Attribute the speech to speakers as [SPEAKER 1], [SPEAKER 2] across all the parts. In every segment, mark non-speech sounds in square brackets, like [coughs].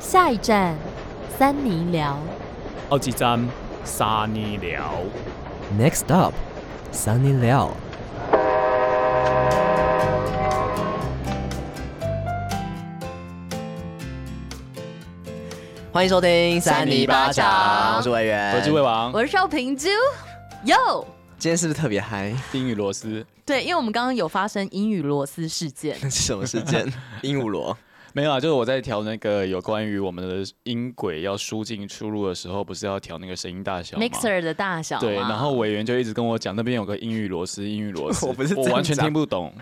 [SPEAKER 1] 下一站，三尼寮。
[SPEAKER 2] 好几站沙尼寮。
[SPEAKER 3] Next up, Sunny Liao。欢迎收听
[SPEAKER 1] 三尼巴掌
[SPEAKER 3] 我是委员，
[SPEAKER 2] 国际胃王
[SPEAKER 1] 我是邵平珠，Yo。
[SPEAKER 3] 今天是不是特别嗨？ [laughs]
[SPEAKER 2] 丁宇罗斯
[SPEAKER 1] 对，因为我们刚刚有发生英语螺丝事件，
[SPEAKER 3] [laughs] 那是什么事
[SPEAKER 1] [laughs]
[SPEAKER 3] 件？鹦鹉螺。
[SPEAKER 2] 没有啊，就是我在调那个有关于我们的音轨要输进出入的时候，不是要调那个声音大小吗
[SPEAKER 1] mixer 的大小嘛
[SPEAKER 3] 哦
[SPEAKER 2] 对，然后委员就一直跟我讲那边有个英语螺丝，英语螺丝，
[SPEAKER 3] 我不是
[SPEAKER 2] 我
[SPEAKER 3] 这样
[SPEAKER 2] 完全
[SPEAKER 3] 讲
[SPEAKER 2] 听不懂。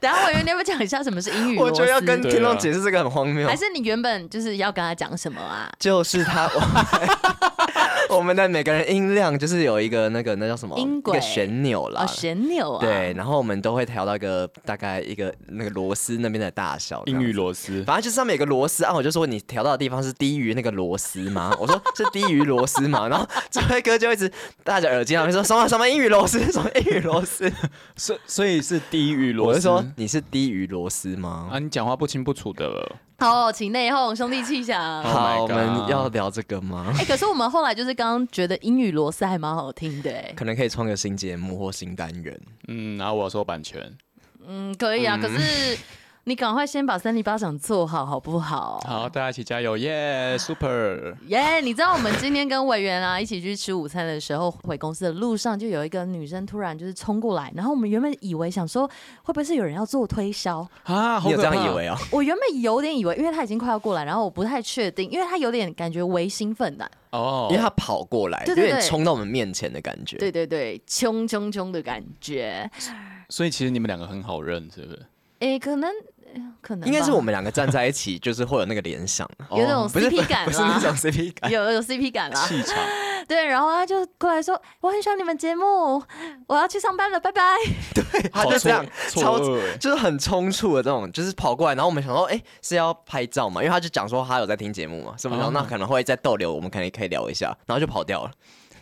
[SPEAKER 1] 等一下我原你要不要讲一下什么是英语螺
[SPEAKER 3] 我
[SPEAKER 1] 丝？啊
[SPEAKER 3] 觉得要跟
[SPEAKER 2] 对啊
[SPEAKER 3] 听众解释这个很荒谬
[SPEAKER 1] 还，是你原本就是要跟他讲什么啊？
[SPEAKER 3] 就
[SPEAKER 1] [laughs]
[SPEAKER 3] 是他， [laughs] 我我们的每个人音量就是有一个那个那叫什么
[SPEAKER 1] 音轨
[SPEAKER 3] 一个旋钮啦
[SPEAKER 1] 哦，。旋钮啊，
[SPEAKER 3] 对，然后我们都会调到一个大概一个那个螺丝那边的大小，这样
[SPEAKER 2] 英语螺丝，
[SPEAKER 3] 反正就是上面有个螺丝啊，我就说你调到的地方是低于那个螺丝吗？ [laughs] 我说是低于螺丝嘛，然后指挥哥就一直戴着耳机，然后说什么什么英语螺丝，什么英语螺丝，
[SPEAKER 2] 所所以是低语 [laughs]
[SPEAKER 3] 我
[SPEAKER 2] 螺
[SPEAKER 3] 就
[SPEAKER 2] 丝。
[SPEAKER 3] 说你是低于螺丝吗？
[SPEAKER 2] 啊，你讲话不清不楚的了。
[SPEAKER 1] 好，请内讧，兄弟气
[SPEAKER 3] [laughs]
[SPEAKER 1] 象。
[SPEAKER 2] Oh
[SPEAKER 3] 好，我
[SPEAKER 2] my
[SPEAKER 3] 们
[SPEAKER 2] god
[SPEAKER 3] 要聊这个吗？
[SPEAKER 1] 哎、可是我们后来就是刚刚觉得英语螺丝还蛮好听的、哎，
[SPEAKER 3] [laughs] 可能可以创个新节目或新单元。
[SPEAKER 2] 嗯，然后我要说版权。
[SPEAKER 1] 嗯，可以啊。可是你赶快先把三里巴掌做好，好不好？
[SPEAKER 2] 好，大家一起加油，耶、s u p e r
[SPEAKER 1] 耶你知道我们今天跟委员啊一起去吃午餐的时候，回公司的路上就有一个女生突然就是冲过来，然后我们原本以为想说会不会是有人要做推销，
[SPEAKER 2] 啊，好
[SPEAKER 3] 你有
[SPEAKER 2] 可
[SPEAKER 3] 这样以
[SPEAKER 2] 怕
[SPEAKER 3] 为？哦？
[SPEAKER 1] 我原本有点以为，因为她已经快要过来，然后我不太确定，因为她有点感觉微兴奋的、
[SPEAKER 2] 哦，
[SPEAKER 3] 因为他跑过来，
[SPEAKER 1] 对
[SPEAKER 3] 有
[SPEAKER 1] 对对
[SPEAKER 3] 点冲到我们面前的感觉。
[SPEAKER 1] 对对对，冲冲冲的感觉，
[SPEAKER 2] 所以其实你们两个很好认，是不是？
[SPEAKER 1] 哎、可能呃可能
[SPEAKER 3] [laughs] 应该是
[SPEAKER 1] 吧
[SPEAKER 3] 我们两个站在一起，就是会有那个联想，啊哦
[SPEAKER 1] 有那种
[SPEAKER 3] 不是
[SPEAKER 1] CP 感
[SPEAKER 3] [laughs] 不是那
[SPEAKER 1] 啦。
[SPEAKER 3] 种 CP 感。
[SPEAKER 1] 有有 CP 感啦，
[SPEAKER 2] 气场。
[SPEAKER 1] [laughs] 对，然后他就过来说：“我很喜欢你们节目，我要去上班了，拜
[SPEAKER 3] [laughs]
[SPEAKER 1] 拜。
[SPEAKER 3] [laughs] 他就这样
[SPEAKER 2] 错
[SPEAKER 3] 超
[SPEAKER 2] 错愕欸
[SPEAKER 3] 就是很冲促的这种，就是跑过来，然后我们想说，哎、是要拍照嘛？因为他就讲说他有在听节目嘛，什么的，
[SPEAKER 2] 哦
[SPEAKER 3] 那可能会再逗留，我们可能可以聊一下，然后就跑 [laughs] 掉了。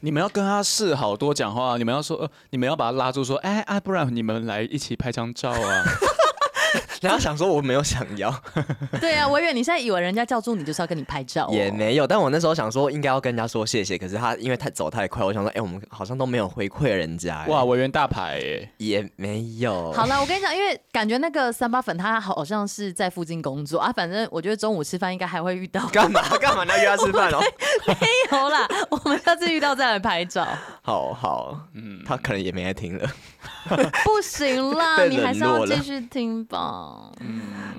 [SPEAKER 2] 你们要跟他示好多讲话，你们要说，呃，你们要把他拉住，说，哎啊，不然你们来一起拍张照 [laughs] 啊。
[SPEAKER 3] 然后想说我没有想要，”
[SPEAKER 1] 对啊，我以为你现在以为人家叫住你就是要跟你拍照、哦，
[SPEAKER 3] 也没有，但我那时候想说应该要跟人家说谢谢，可是他因为太走太快，我想说，哎、我们好像都没有回馈人家、哎
[SPEAKER 2] 哇，委员大牌耶、
[SPEAKER 3] 也没有。。
[SPEAKER 1] 好了，我跟你讲，因为感觉那个三八粉他好像是在附近工作啊，反正我觉得中午吃饭应该还会遇到
[SPEAKER 3] [laughs] [laughs] 干嘛干嘛？你要约他吃饭哦？
[SPEAKER 1] 没有啦，我们下次遇到再来拍
[SPEAKER 3] [laughs]
[SPEAKER 1] 照。
[SPEAKER 3] [laughs] 好好，
[SPEAKER 2] 嗯，
[SPEAKER 3] 他可能也没来听了。
[SPEAKER 1] 不行啦，
[SPEAKER 3] 被
[SPEAKER 1] 你还是
[SPEAKER 3] 冷
[SPEAKER 1] 要
[SPEAKER 3] 落了
[SPEAKER 1] 继续听吧。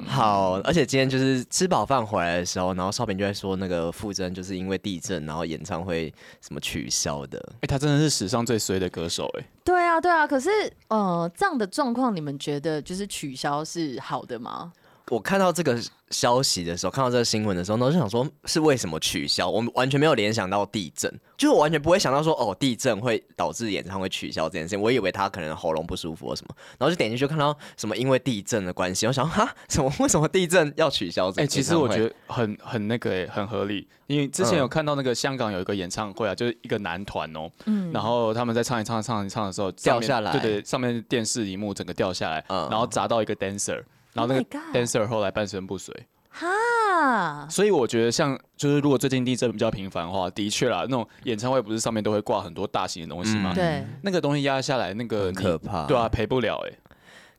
[SPEAKER 3] 好，而且今天就是吃饱饭回来的时候，然后少平就在说那个傅征就是因为地震，然后演唱会什么取消的。
[SPEAKER 2] 哎、他真的是史上最衰的歌手哎、
[SPEAKER 1] 对啊，对啊，可是呃，这样的状况，你们觉得就是取消是好的吗？
[SPEAKER 3] 我看到这个消息的时候，看到这个新闻的时候，那我就想说，是为什么取消？我们完全没有联想到地震，就是我完全不会想到说，哦，地震会导致演唱会取消这件事情。我以为他可能喉咙不舒服或什么，然后就点进去看到什么因为地震的关系，我想哈，什么为什么地震要取消这
[SPEAKER 2] 哎、
[SPEAKER 3] 个
[SPEAKER 2] 其
[SPEAKER 3] 演唱会？
[SPEAKER 2] 实我觉得很很那个、欸，很合理。因为之前有看到那个香港有一个演唱会啊，就是一个男团哦、
[SPEAKER 1] 嗯
[SPEAKER 2] 然后他们在唱一唱唱一唱的时候上面
[SPEAKER 3] 掉下来
[SPEAKER 2] 对对，上面电视荧幕整个掉下来，
[SPEAKER 3] 嗯
[SPEAKER 2] 然后砸到一个 dancer，然后那
[SPEAKER 1] Oh my
[SPEAKER 2] 个
[SPEAKER 1] God
[SPEAKER 2] dancer 后来半身不遂。
[SPEAKER 1] 哈，
[SPEAKER 2] 所以我觉得像就是如果最近地震比较频繁的话，的确啦，那种演唱会不是上面都会挂很多大型的东西吗？
[SPEAKER 3] 嗯
[SPEAKER 1] 对，
[SPEAKER 2] 那个东西压下来，那个
[SPEAKER 3] 很
[SPEAKER 2] 你
[SPEAKER 3] 可怕
[SPEAKER 2] 对啊，赔不了哎、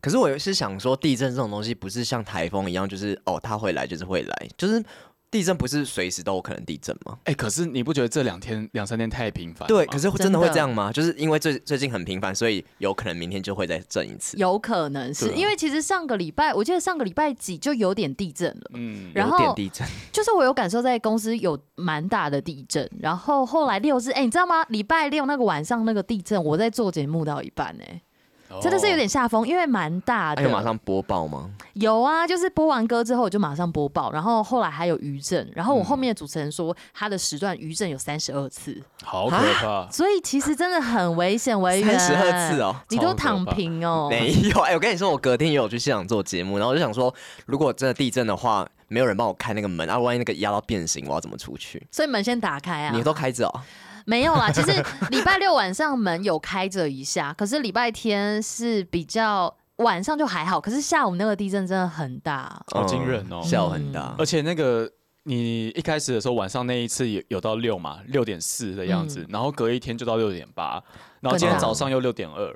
[SPEAKER 3] 可是我是想说，地震这种东西不是像台风一样，就是哦，它会来就是会来，就是地震不是随时都有可能地震吗？
[SPEAKER 2] 哎、可是你不觉得这两天两三天太频繁了
[SPEAKER 3] 对，
[SPEAKER 2] 吗
[SPEAKER 3] 可是
[SPEAKER 1] 的
[SPEAKER 3] 真的会这样吗？就是因为最最近很频繁，所以有可能明天就会再震一次。
[SPEAKER 1] 有可能是、
[SPEAKER 2] 对啊
[SPEAKER 1] 因为其实上个礼拜，我记得上个礼拜几就有点地震了，
[SPEAKER 2] 嗯，
[SPEAKER 1] 然
[SPEAKER 3] 有点
[SPEAKER 1] 后
[SPEAKER 3] 地震，
[SPEAKER 1] 就是我有感受在公司有蛮大的地震，然后后来六日，哎、你知道吗？礼拜六那个晚上那个地震，我在做节目到一半、哎、真的是有点下风，因为蛮大
[SPEAKER 3] 还
[SPEAKER 1] 的。
[SPEAKER 3] 有哎马上播报吗？
[SPEAKER 1] 有啊，就是播完歌之后我就马上播报，然后后来还有余震，然后我后面的主持人说他的时段余震有三十二次，
[SPEAKER 2] 哦好可怕。
[SPEAKER 1] [laughs] 所以其实真的很危险，危险。
[SPEAKER 3] 32次哦
[SPEAKER 1] 你都躺平哦。
[SPEAKER 3] 没有，哎、我跟你说，我隔天也有去现场做节目，然后我就想说，如果真的地震的话，没有人帮我开那个门啊，万一那个压到变形，我要怎么出去？
[SPEAKER 1] 所以门先打开啊！
[SPEAKER 3] 你都开着哦，
[SPEAKER 1] 没有啦，其实礼拜六晚上门有开着一下， [laughs] 可是礼拜天是比较晚上就还好，可是下午那个地震真的很大。
[SPEAKER 2] 好惊人哦
[SPEAKER 3] 嗯效很大。
[SPEAKER 2] 而且那个你一开始的时候晚上那一次有有到六嘛，六点四的样子，然后隔一天就到六点八，然后今
[SPEAKER 1] 嗯
[SPEAKER 2] 天
[SPEAKER 1] 更大
[SPEAKER 2] 早上又六点二，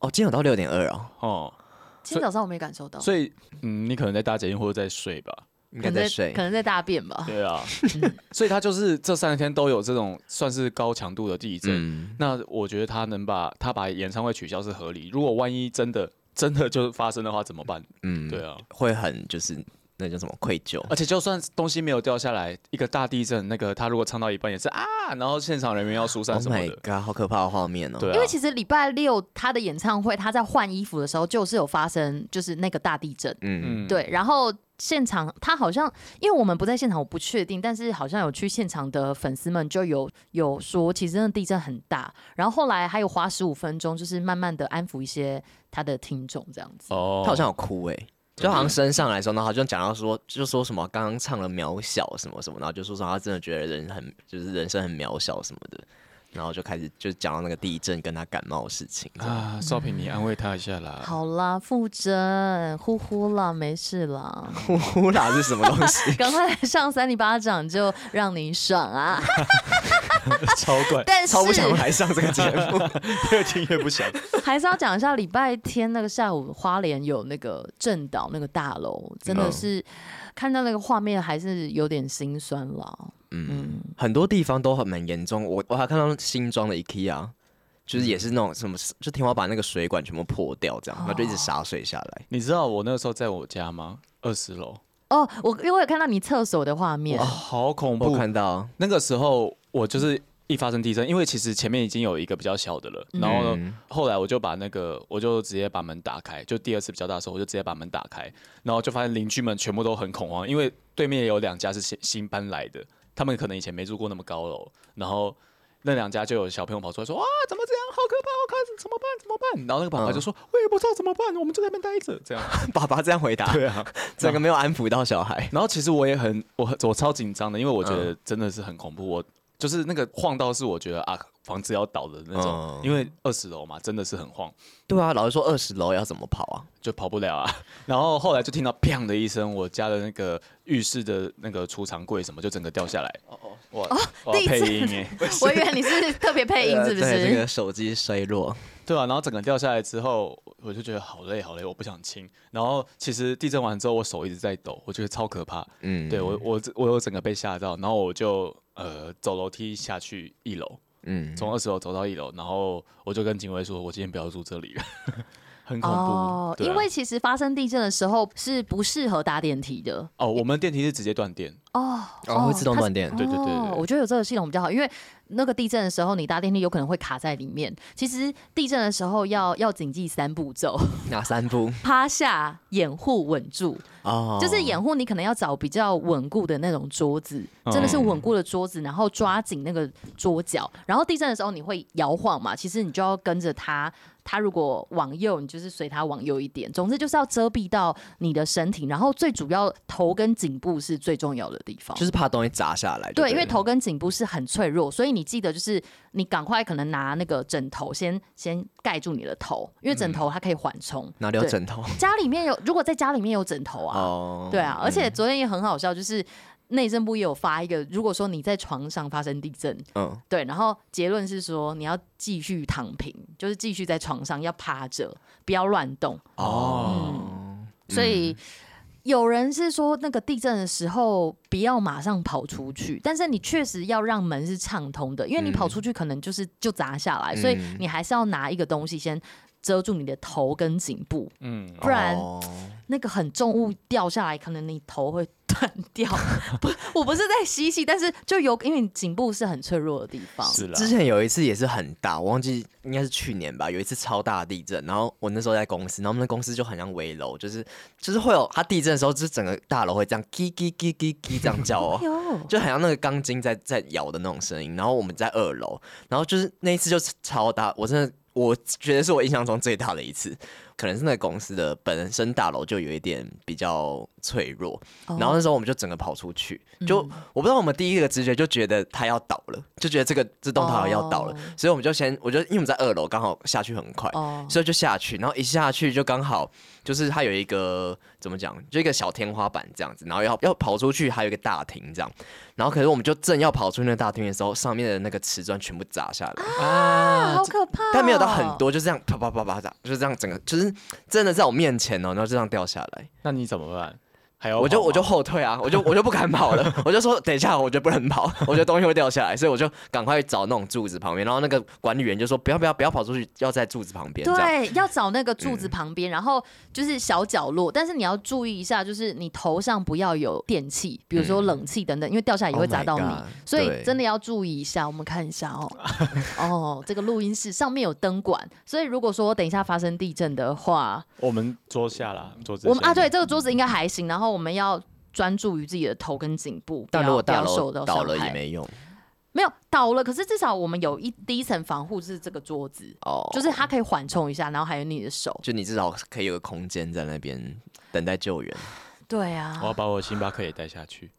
[SPEAKER 3] 哦，今天有到六点二哦，
[SPEAKER 2] 哦，
[SPEAKER 1] 今天早上我没感受到，
[SPEAKER 2] 所以嗯，你可能在搭捷运或者在睡吧。
[SPEAKER 3] 应
[SPEAKER 1] 可
[SPEAKER 3] 该
[SPEAKER 1] 能
[SPEAKER 3] 在
[SPEAKER 1] 在
[SPEAKER 3] 睡
[SPEAKER 1] 可。能在大便吧。
[SPEAKER 2] 对啊，所以他就是这三天都有这种算是高强度的地震。
[SPEAKER 3] 嗯，
[SPEAKER 2] 那我觉得他能把他把演唱会取消是合理。如果万一真的真的就发生的话，怎么办？
[SPEAKER 3] 嗯
[SPEAKER 2] 对，啊，
[SPEAKER 3] 会很就是那叫什么愧疚。
[SPEAKER 2] 而且就算东西没有掉下来，一个大地震，那个他如果唱到一半也是啊，然后现场人员要疏散
[SPEAKER 3] Oh
[SPEAKER 2] 什么
[SPEAKER 3] my
[SPEAKER 2] 的。
[SPEAKER 3] god，好可怕的画面哦！
[SPEAKER 2] 对啊，
[SPEAKER 1] 因为其实礼拜六他的演唱会，他在换衣服的时候就是有发生，就是那个大地震。
[SPEAKER 3] 嗯，
[SPEAKER 2] 嗯，
[SPEAKER 1] 对，然后现场他好像，因为我们不在现场，我不确定，但是好像有去现场的粉丝们就有有说，其实真的地震很大。然后后来还有花十五分钟，就是慢慢的安抚一些他的听众这样子。
[SPEAKER 2] 哦，
[SPEAKER 3] 他好像有哭哎，就好像升上来的时候，然后他就讲到说，就说什么刚刚唱了渺小什么什么，然后就说什么他真的觉得人很就是人生很渺小什么的，然后就开始就讲到那个地震跟他感冒的事情。 [laughs]
[SPEAKER 2] 啊，少平，你安慰他一下啦。
[SPEAKER 1] 好啦，傅真，呼呼啦，没事啦，
[SPEAKER 3] 呼啦是什么东
[SPEAKER 2] [laughs]
[SPEAKER 3] 西？
[SPEAKER 1] 赶快来 [laughs] 上三里巴掌就让你爽啊！
[SPEAKER 2] [laughs] 超怪，
[SPEAKER 1] 但是
[SPEAKER 3] 超不想来上这个节
[SPEAKER 2] [laughs]
[SPEAKER 3] 目。
[SPEAKER 2] 越听越不想。
[SPEAKER 1] [laughs] 还是要讲一下礼拜天那个下午，花莲有那个震岛那个大楼，真的
[SPEAKER 3] 嗯
[SPEAKER 1] 是、看到那个画面还是有点心酸啦。
[SPEAKER 3] 嗯，很多地方都很蛮严重。我我还看到新庄的 IKEA，就
[SPEAKER 2] 嗯
[SPEAKER 3] 是也是那种什么，就天花板那个水管全部破掉，这样，
[SPEAKER 2] 哦
[SPEAKER 3] 然后就一直洒水下来。
[SPEAKER 2] 你知道我那个时候在我家吗？二十楼，
[SPEAKER 1] 哦，我因为我有看到你厕所的画面
[SPEAKER 2] 哇，，好恐怖
[SPEAKER 3] 我！看到， [laughs]
[SPEAKER 2] 那个时候我就是一发生地震，因为其实前面已经有一个比较小的了，然后呢
[SPEAKER 3] 嗯
[SPEAKER 2] 后来我就把那个我就直接把门打开，就第二次比较大的时候我就直接把门打开，然后就发现邻居们全部都很恐慌，因为对面也有两家是新新搬来的，他们可能以前没住过那么高楼，然后。那两家就有小朋友跑出来说：“哇，怎么这样？好可怕，好可怕，怎么办？怎么办？”然后那个爸爸就说：“我也不知道怎么办，我们就在那边待着。”这样，
[SPEAKER 3] 爸爸这样回答，
[SPEAKER 2] 对啊，
[SPEAKER 3] [laughs] 整个没有安抚到小孩。
[SPEAKER 2] 然后其实我也很，我很我超紧张的，因为我觉
[SPEAKER 3] 嗯
[SPEAKER 2] 得真的是很恐怖。我就是那个晃到是我觉得啊，房子要倒的那种，
[SPEAKER 3] 嗯
[SPEAKER 2] 因为二十楼嘛，真的是很晃，
[SPEAKER 3] 对啊，老师说二十楼要怎么跑啊？
[SPEAKER 2] 就跑不了啊。 [laughs] 然后后来就听到砰的一声，我家的那个浴室的那个储藏柜什么就整个掉下来。哦哦，我我要
[SPEAKER 1] 地
[SPEAKER 2] 配
[SPEAKER 1] 震
[SPEAKER 2] 音 [laughs] 哎、
[SPEAKER 1] 我以为你
[SPEAKER 2] [laughs]
[SPEAKER 1] 是特别配啊
[SPEAKER 2] 啊
[SPEAKER 1] 音，
[SPEAKER 2] 呃
[SPEAKER 1] 是不
[SPEAKER 3] 对这
[SPEAKER 1] 是？
[SPEAKER 3] 个手机衰落，
[SPEAKER 2] 对啊，然后整个掉下来之后，我就觉得好累好累，我不想亲。然后其实地震完之后，我手一直在抖，我觉得超可怕。
[SPEAKER 3] 嗯，
[SPEAKER 2] 对我我我有整个被吓到，然后我就呃走楼梯下去一楼，
[SPEAKER 3] 嗯，
[SPEAKER 2] 从二十楼走到一楼，然后我就跟警卫说：“我今天不要住这里了， [laughs] 很恐怖。对啊
[SPEAKER 1] 哦因为其实发生地震的时候是不适合搭电梯的
[SPEAKER 2] 哦，我们电梯是直接断电，
[SPEAKER 1] 哦，
[SPEAKER 3] 哦，会自动断电，
[SPEAKER 2] 对对对对
[SPEAKER 1] 哦我觉得有这个系统比较好，因为那个地震的时候，你搭电梯有可能会卡在里面。其实地震的时候要要谨记三步骤：
[SPEAKER 3] 哪三步？
[SPEAKER 1] 趴下、掩护、稳住。
[SPEAKER 3] 哦，
[SPEAKER 1] 就是掩护，你可能要找比较稳固的那种桌子，
[SPEAKER 2] 嗯
[SPEAKER 1] 真的是稳固的桌子，然后抓紧那个桌角。然后地震的时候你会摇晃嘛，其实你就要跟着它。它如果往右，你就是随它往右一点。总之就是要遮蔽到你的身体，然后最主要头跟颈部是最重要的地方。
[SPEAKER 3] 就是怕东西砸下来就了。
[SPEAKER 1] 对，因为头跟颈部是很脆弱，所以你记得就是你赶快可能拿那个枕头先先盖住你的头，因为
[SPEAKER 3] 嗯
[SPEAKER 1] 枕头它可以缓冲。
[SPEAKER 3] 哪里有
[SPEAKER 1] 对
[SPEAKER 3] 枕头？
[SPEAKER 1] 家里面有，如果在家里面有枕头啊，
[SPEAKER 3] 哦，
[SPEAKER 1] 对啊，而且昨天也很好笑，就是内政部也有发一个，如果说你在床上发生地震，
[SPEAKER 3] 嗯，
[SPEAKER 1] 对，然后结论是说你要继续躺平，就是继续在床上要趴着，不要乱动。
[SPEAKER 3] 哦，
[SPEAKER 1] 所以。
[SPEAKER 3] 嗯
[SPEAKER 1] 有人是说，那个地震的时候不要马上跑出去，但是你确实要让门是畅通的，因为你跑出去可能就是就砸下来，所以
[SPEAKER 3] 嗯
[SPEAKER 1] 你还是要拿一个东西先遮住你的头跟颈部，
[SPEAKER 2] 嗯，
[SPEAKER 1] 不然
[SPEAKER 3] 哦
[SPEAKER 1] 那个很重物掉下来，可能你头会断掉。 [laughs] 不，我不是在嬉戏，但是就有因为你颈部是很脆弱的地方。。
[SPEAKER 2] 是啦
[SPEAKER 3] 之。前有一次也是很大，我忘记应该是去年吧，有一次超大的地震，然后我那时候在公司，然后我们的公司就很像危楼，就是就是会有它地震的时候，就是整个大楼会这样叽叽叽叽叽这样叫哦
[SPEAKER 1] 哟，
[SPEAKER 3] 就很像那个钢筋在在摇的那种声音，然后我们在二楼，然后就是那一次就是超大，我真的我觉得是我印象中最大的一次。可能是那个公司的本身大楼就有一点比较脆弱，
[SPEAKER 1] 哦嗯
[SPEAKER 3] 然后那时候我们就整个跑出去，就我不知道我们第一个直觉就觉得它要倒了，就觉得这个这栋大楼要倒了，
[SPEAKER 1] 哦
[SPEAKER 3] 所以我们就先，我就因为我们在二楼刚好下去很快，
[SPEAKER 1] 哦，
[SPEAKER 3] 所以就下去，然后一下去就刚好就是它有一个怎么讲，就一个小天花板这样子，然后要要跑出去，还有一个大厅这样，然后可是我们就正要跑出那个大厅的时候，上面的那个瓷砖全部砸下来，
[SPEAKER 1] 啊，好可怕哦！
[SPEAKER 3] 但没有到很多，就这样啪啪啪啪砸，就这样整个就是真的在我面前哦，然后就这样掉下来，
[SPEAKER 2] 那你怎么办？还有
[SPEAKER 3] 我就我就后退啊，我就我就不敢跑 [laughs] 了，我就说等一下，我觉得不能跑， [laughs] 我觉得东西会掉下来，所以我就赶快找那种柱子旁边，然后那个管理员就说不要不要不要跑出去，要在柱子旁边这样。
[SPEAKER 1] 对，啊要找那个柱子旁边，然后就是小角落，但是你要注意一下，就是你头上不要有电器，比如说冷气等等，因为掉下来也会
[SPEAKER 3] 嗯 Oh my
[SPEAKER 1] 砸到你
[SPEAKER 3] God，
[SPEAKER 1] 所以
[SPEAKER 3] 对
[SPEAKER 1] 真的要注意一下。我们看一下哦，哦，这个录音室上面有灯管，所以如果说等一下发生地震的话，
[SPEAKER 2] 我们桌下啦，桌子
[SPEAKER 1] 我们
[SPEAKER 2] 下
[SPEAKER 1] 啊，对，
[SPEAKER 2] 面，
[SPEAKER 1] 这个桌子应该还行，然后我们要。专注于自己的头跟颈部，不
[SPEAKER 3] 但如
[SPEAKER 1] 要
[SPEAKER 3] 果
[SPEAKER 1] 不
[SPEAKER 3] 大
[SPEAKER 1] 要受
[SPEAKER 3] 楼
[SPEAKER 1] 到
[SPEAKER 3] 倒
[SPEAKER 1] 伤
[SPEAKER 3] 了也
[SPEAKER 1] 害。
[SPEAKER 3] 没用
[SPEAKER 1] 没有倒了，可是至少我们有一第一层防护是这个桌子，
[SPEAKER 3] 哦，
[SPEAKER 1] 就是它可以缓冲一下，然后还有你的手。
[SPEAKER 3] 就你至少可以有个空间在那边等待救援。
[SPEAKER 1] 对啊，
[SPEAKER 2] 我要把我星巴克也带下去。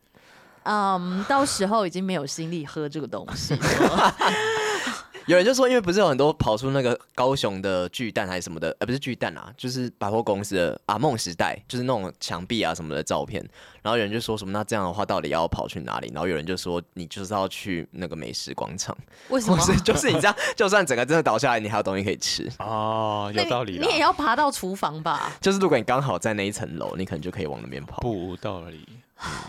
[SPEAKER 1] 嗯，到时候已经没有心力喝这个东
[SPEAKER 2] [laughs]
[SPEAKER 1] 西了。
[SPEAKER 3] [laughs] 有人就说，因为不是有很多跑出那个高雄的巨蛋还是什么的，呃，不是巨蛋啊，就是百货公司的阿梦时代，就是那种墙壁啊什么的照片。然后有人就说什么，那这样的话到底要跑去哪里？然后有人就说，你就是要去那个美食广场，
[SPEAKER 1] 为什
[SPEAKER 3] 不
[SPEAKER 1] 么？
[SPEAKER 3] 是， [laughs] 就是你这样，就算整个真的倒下来，你还有东西可以吃。
[SPEAKER 2] [laughs] 哦，有道理
[SPEAKER 1] 你也
[SPEAKER 2] 啦，
[SPEAKER 1] 要爬到厨房吧？
[SPEAKER 3] 就是如果你刚好在那一层楼，你可能就可以往那边跑。
[SPEAKER 2] 不无道理。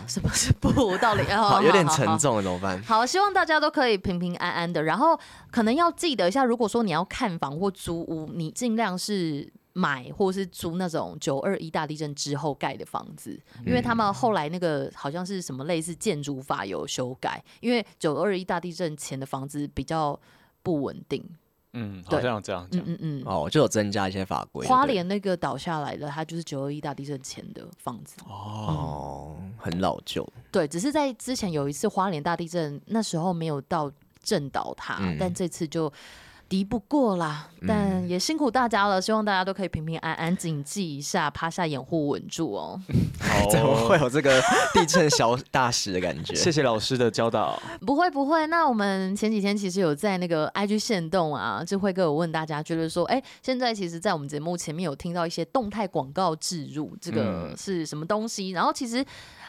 [SPEAKER 1] 什么是不无道理？
[SPEAKER 3] 好，
[SPEAKER 1] 哦
[SPEAKER 3] 有点
[SPEAKER 1] 好好
[SPEAKER 3] 沉
[SPEAKER 1] 好
[SPEAKER 3] 重了，怎么办？
[SPEAKER 1] 好，希望大家都可以平平安安的。然后可能要记得一下，如果说你要看房或租屋，你尽量是买或是租那种九二一大地震之后盖的房子，因为他们后来那个好像是什么类似建筑法有修改，因为九二一大地震前的房子比较不稳定。
[SPEAKER 2] 嗯，好
[SPEAKER 1] 对
[SPEAKER 2] 像有这样
[SPEAKER 1] 嗯
[SPEAKER 2] 讲。
[SPEAKER 1] 嗯嗯。
[SPEAKER 3] 哦，就有增加一些法规。
[SPEAKER 1] 花
[SPEAKER 3] 对不对
[SPEAKER 1] 莲那个倒下来的，它就是九二一大地震前的房子。
[SPEAKER 2] 哦，
[SPEAKER 3] 哦，很老旧。
[SPEAKER 1] 对，只是在之前有一次花莲大地震，那时候没有到震倒它，
[SPEAKER 3] 嗯
[SPEAKER 1] 但这次就敌不过啦。但也辛苦大家了，希望大家都可以平平安安，谨记一下，趴下掩护稳住哦。
[SPEAKER 2] [laughs] 好
[SPEAKER 3] [laughs]
[SPEAKER 2] [laughs]
[SPEAKER 3] 怎么会
[SPEAKER 2] 哦，
[SPEAKER 3] 有这个地震小 [laughs] 大师的感觉？
[SPEAKER 2] 谢谢老师的教导。
[SPEAKER 1] [laughs] 不会不会，那我们前几天其实有在那个 IG 线动啊，智慧哥有问大家，觉得说，哎，现在其实，在我们节目前面有听到一些动态广告植入，这个
[SPEAKER 3] 嗯
[SPEAKER 1] 是什么东西？然后其实。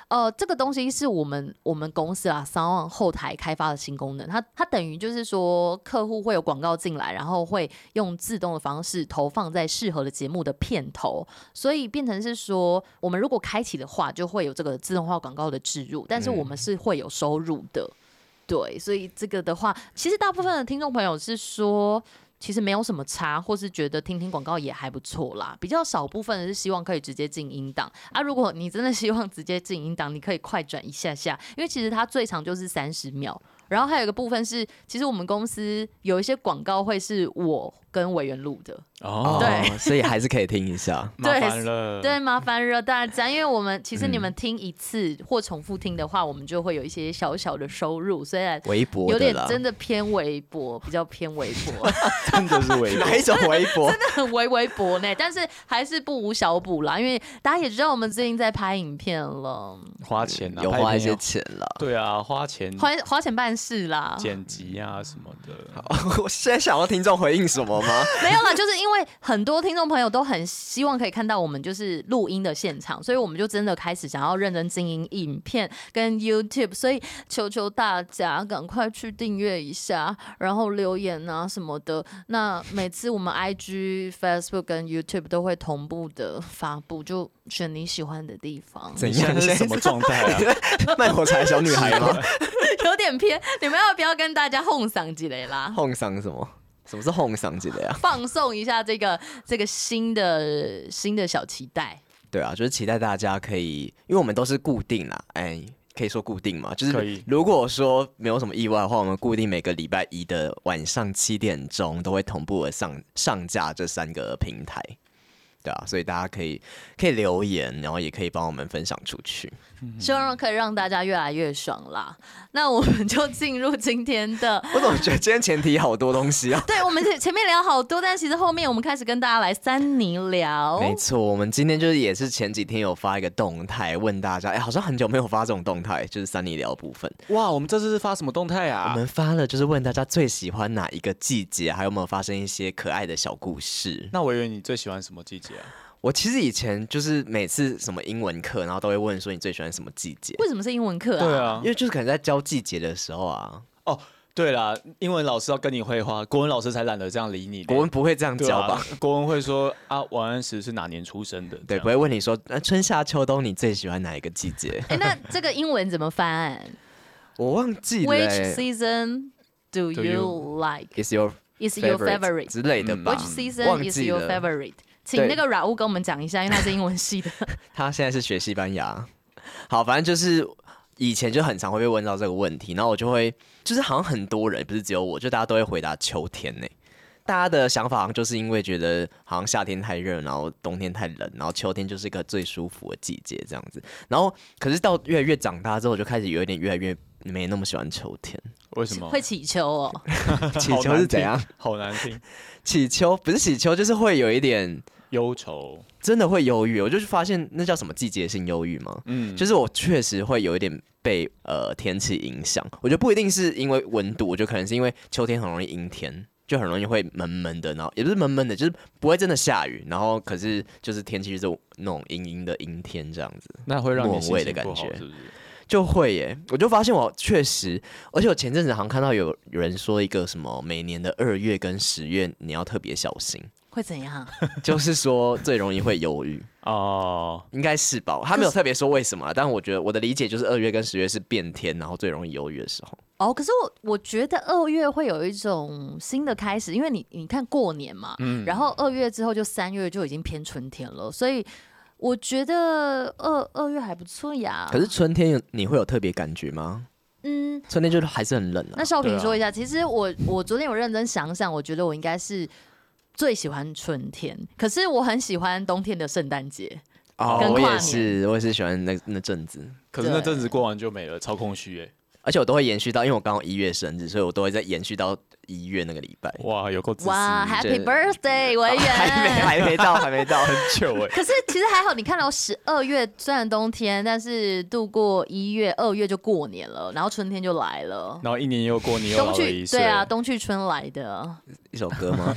[SPEAKER 1] 呃，这个东西是我们我们公司啊 s o u n 后台开发的新功能，它它等于就是说客户会有广告进来，然后会用自动的方式投放在适合的节目的片头，所以变成是说我们如果开启的话，就会有这个自动化广告的植入，但是我们是会有收入的。对，所以这个的话，其实大部分的听众朋友是说，其实没有什么差，或是觉得听听广告也还不错啦。比较少部分人是希望可以直接进音档啊。如果你真的希望直接进音档，你可以快转一下下，因为其实它最长就是三十秒。然后还有一个部分是，其实我们公司有一些广告会是我跟委员录的，
[SPEAKER 2] 哦，
[SPEAKER 1] 对，
[SPEAKER 3] 所以还是可以听
[SPEAKER 1] [laughs]
[SPEAKER 3] 一下。
[SPEAKER 2] 麻
[SPEAKER 1] 对
[SPEAKER 2] 烦
[SPEAKER 3] 嗯
[SPEAKER 2] 了。
[SPEAKER 1] 对，麻烦了大家，因为我们其实你们听一次或重复听的话，我们就会有一些小小的收入，虽然
[SPEAKER 3] 微博
[SPEAKER 1] 有
[SPEAKER 3] 的
[SPEAKER 1] 点
[SPEAKER 3] 啦，
[SPEAKER 1] 真的偏微薄，比较偏微薄，
[SPEAKER 2] 真的
[SPEAKER 1] [laughs]
[SPEAKER 2] 是微博
[SPEAKER 3] 哪一种微博？
[SPEAKER 1] 很 [laughs] 微微薄呢，但是还是不无小补啦。因为大家也知道我们最近在拍影片了，
[SPEAKER 2] 花钱啊，
[SPEAKER 3] 有
[SPEAKER 2] 拍
[SPEAKER 3] 花一
[SPEAKER 2] 片
[SPEAKER 3] 些
[SPEAKER 2] 要
[SPEAKER 3] 钱啦。
[SPEAKER 2] 对啊，花钱
[SPEAKER 1] 花花钱办事啦。
[SPEAKER 2] 剪辑啊什么的。
[SPEAKER 3] [laughs] 我现在想要听众回应什么吗？
[SPEAKER 1] [laughs] 没有啦，就是因为很多听众朋友都很希望可以看到我们就是录音的现场，所以我们就真的开始想要认真经营影片跟 YouTube，所以求求大家赶快去订阅一下，然后留言啊什么的。那每次我们 IG、Facebook 跟 YouTube 都会同步的发布，就选你喜欢的地方。
[SPEAKER 3] 怎
[SPEAKER 2] 你
[SPEAKER 3] 样
[SPEAKER 2] 现在是什么状态啊？
[SPEAKER 3] [laughs] 卖火柴小女孩 [laughs] 吗？
[SPEAKER 1] [laughs] 有点偏，你们要不要跟大家哄嗓几雷啦？
[SPEAKER 3] 哄嗓什么？什么是哄嗓之类啊？
[SPEAKER 1] 放送一下这个这个新的新的小期待。
[SPEAKER 3] 对啊，就是期待大家可以，因为我们都是固定啦，哎，可以说固定嘛，就
[SPEAKER 2] 可
[SPEAKER 3] 是
[SPEAKER 2] 以
[SPEAKER 3] 如果说没有什么意外的话，我们固定每个礼拜一的晚上七点钟都会同步的上上架这三个平台。对啊，所以大家可以可以留言，然后也可以帮我们分享出去。
[SPEAKER 1] 希望可以让大家越来越爽啦。那我们就进入今天
[SPEAKER 3] [laughs]
[SPEAKER 1] 的。
[SPEAKER 3] 我怎么觉得今天前提好多东西啊？
[SPEAKER 1] 对，我们前前面聊好多，但其实后面我们开始跟大家来三尼聊。
[SPEAKER 3] 没错，我们今天就是也是前几天有发一个动态，问大家，哎、好像很久没有发这种动态，就是三里聊部分，
[SPEAKER 2] [laughs] 哇，我们这次是发什么动态
[SPEAKER 3] 我
[SPEAKER 2] 啊？
[SPEAKER 3] 们发了，就是问大家最喜欢哪一个季节，还有没有发生一些可爱的小故事。
[SPEAKER 2] 那我以为你最喜欢什么季节啊？
[SPEAKER 3] 我其实以前就是每次什么英文课，然后都会问说你最喜欢什么季节，
[SPEAKER 1] 为什么是英文课啊？
[SPEAKER 2] 对啊
[SPEAKER 3] 因，为就是可能在教季节的时候啊，
[SPEAKER 2] 哦，对啦，英文老师要跟你会话，国文老师才懒得这样理你。
[SPEAKER 3] 国文不会这样
[SPEAKER 2] 对
[SPEAKER 3] 教
[SPEAKER 2] 啊
[SPEAKER 3] 吧？？
[SPEAKER 2] 国文会说啊，王安石是哪年出生的？
[SPEAKER 3] 对，
[SPEAKER 2] 这样
[SPEAKER 3] 不会问你说，那、春夏秋冬你最喜欢哪一个季节？
[SPEAKER 1] 哎、那这个英文怎么
[SPEAKER 3] [laughs]
[SPEAKER 1] 翻
[SPEAKER 3] 我忘记了、
[SPEAKER 1] ？Which
[SPEAKER 3] 欸、
[SPEAKER 1] season do
[SPEAKER 2] Do
[SPEAKER 1] you like?
[SPEAKER 3] ，is your
[SPEAKER 1] Is your
[SPEAKER 3] favorite
[SPEAKER 1] favorite?
[SPEAKER 3] 之类的吧
[SPEAKER 1] Which？
[SPEAKER 3] 忘
[SPEAKER 1] season is
[SPEAKER 3] 记
[SPEAKER 1] your
[SPEAKER 3] 了，
[SPEAKER 1] favorite? 请那
[SPEAKER 3] 对
[SPEAKER 1] 个软物跟我们讲一下，因为他是英文系
[SPEAKER 3] [laughs]
[SPEAKER 1] 的。
[SPEAKER 3] 他现在是学西班牙。好，反正就是以前就很常会被问到这个问题，然后我就会，就是好像很多人不是只有我，就大家都会回答秋天呢、大家的想法好像就是因为觉得好像夏天太热，然后冬天太冷，然后秋天就是一个最舒服的季节这样子。然后可是到越来越长大之后，我就开始有一点越来越没那么喜欢秋
[SPEAKER 2] [laughs]
[SPEAKER 3] 天。
[SPEAKER 2] 为什么
[SPEAKER 1] 会？起球哦，
[SPEAKER 3] 起
[SPEAKER 2] 好
[SPEAKER 3] 秋
[SPEAKER 2] 难
[SPEAKER 3] 是怎
[SPEAKER 2] 听
[SPEAKER 3] 样？？
[SPEAKER 2] 好难听，
[SPEAKER 3] 起秋不是起秋，就是会有一点
[SPEAKER 2] 忧愁。
[SPEAKER 3] 真的会忧郁。我就是发现那叫什么季节性忧郁吗？
[SPEAKER 2] 嗯，
[SPEAKER 3] 就是我确实会有一点被呃天气影响，我觉得不一定是因为温度，我觉得可能是因为秋天很容易阴天，就很容易会闷闷的，然后也不是闷闷的，就是不会真的下雨，然后可是就是天气就是那种阴阴的阴天这样子，
[SPEAKER 2] 那会让
[SPEAKER 3] 莫
[SPEAKER 2] 你心
[SPEAKER 3] 蔚的
[SPEAKER 2] 情
[SPEAKER 3] 感
[SPEAKER 2] 不好，
[SPEAKER 3] 觉
[SPEAKER 2] 是不是？
[SPEAKER 3] 就会耶，我就发现我确实，而且我前阵子好像看到有有人说一个什么每年的二月跟十月你要特别小心，
[SPEAKER 1] 会怎样？
[SPEAKER 3] 就是说最容易会忧郁。
[SPEAKER 2] 哦，
[SPEAKER 3] 应该是吧，他没有特别说为什么啊，但我觉得我的理解就是二月跟十月是变天，然后最容易忧郁的时候。
[SPEAKER 1] 哦，可是我我觉得二月会有一种新的开始，因为你你看过年嘛，然后二月之后就三月就已经偏春天了，所以我觉得二二月还不错呀。
[SPEAKER 3] [laughs] 可是春天有你会有特别感觉吗？
[SPEAKER 1] 嗯，
[SPEAKER 3] 春天就是还是很冷啊
[SPEAKER 1] 那。少
[SPEAKER 2] 对
[SPEAKER 1] 平
[SPEAKER 2] 啊
[SPEAKER 1] 说一下，其实我我昨天有认真想想，我觉得我应该是。最喜欢春天，可是我很喜欢冬天的圣诞节。
[SPEAKER 3] 哦
[SPEAKER 1] 跟
[SPEAKER 3] 我
[SPEAKER 1] 跨
[SPEAKER 3] 也
[SPEAKER 1] 年
[SPEAKER 3] 是，我也是喜欢那那阵子，
[SPEAKER 2] 可是那
[SPEAKER 1] 对
[SPEAKER 2] 阵子过完就没了，超空虚哎。
[SPEAKER 3] 而且我都会延续到，因为我刚好一月生日，所以我都会再延续到一月那个礼拜。
[SPEAKER 2] 哇，有够自私，
[SPEAKER 1] 哇
[SPEAKER 2] 很
[SPEAKER 1] ，Happy
[SPEAKER 3] 对
[SPEAKER 1] Birthday，文员！
[SPEAKER 3] 哦还没还没到，还没到。 [laughs] 欸
[SPEAKER 2] 糗哎。
[SPEAKER 1] 可是其实还好，你看到十二月虽然冬天，但是度过一月、二月就过年了，然后春天就来了。
[SPEAKER 2] 然后一年又过，你又
[SPEAKER 1] 冬
[SPEAKER 2] 老了一
[SPEAKER 1] 去
[SPEAKER 2] 岁。
[SPEAKER 1] 对啊，冬去春来的。
[SPEAKER 3] 一首歌 [laughs] 吗？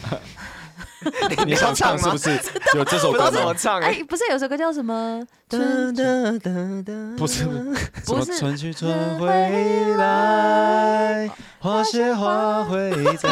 [SPEAKER 2] 你想唱是不是？有这首
[SPEAKER 3] 不知道
[SPEAKER 2] 歌
[SPEAKER 3] 怎么
[SPEAKER 2] 吗？
[SPEAKER 3] 唱哎、
[SPEAKER 1] 哎，不是有首歌叫什么？
[SPEAKER 3] 哒
[SPEAKER 1] 春
[SPEAKER 3] 哒哒哒
[SPEAKER 2] 不是什
[SPEAKER 1] 不
[SPEAKER 2] 么
[SPEAKER 1] 是
[SPEAKER 2] 春去春回来，花谢花会再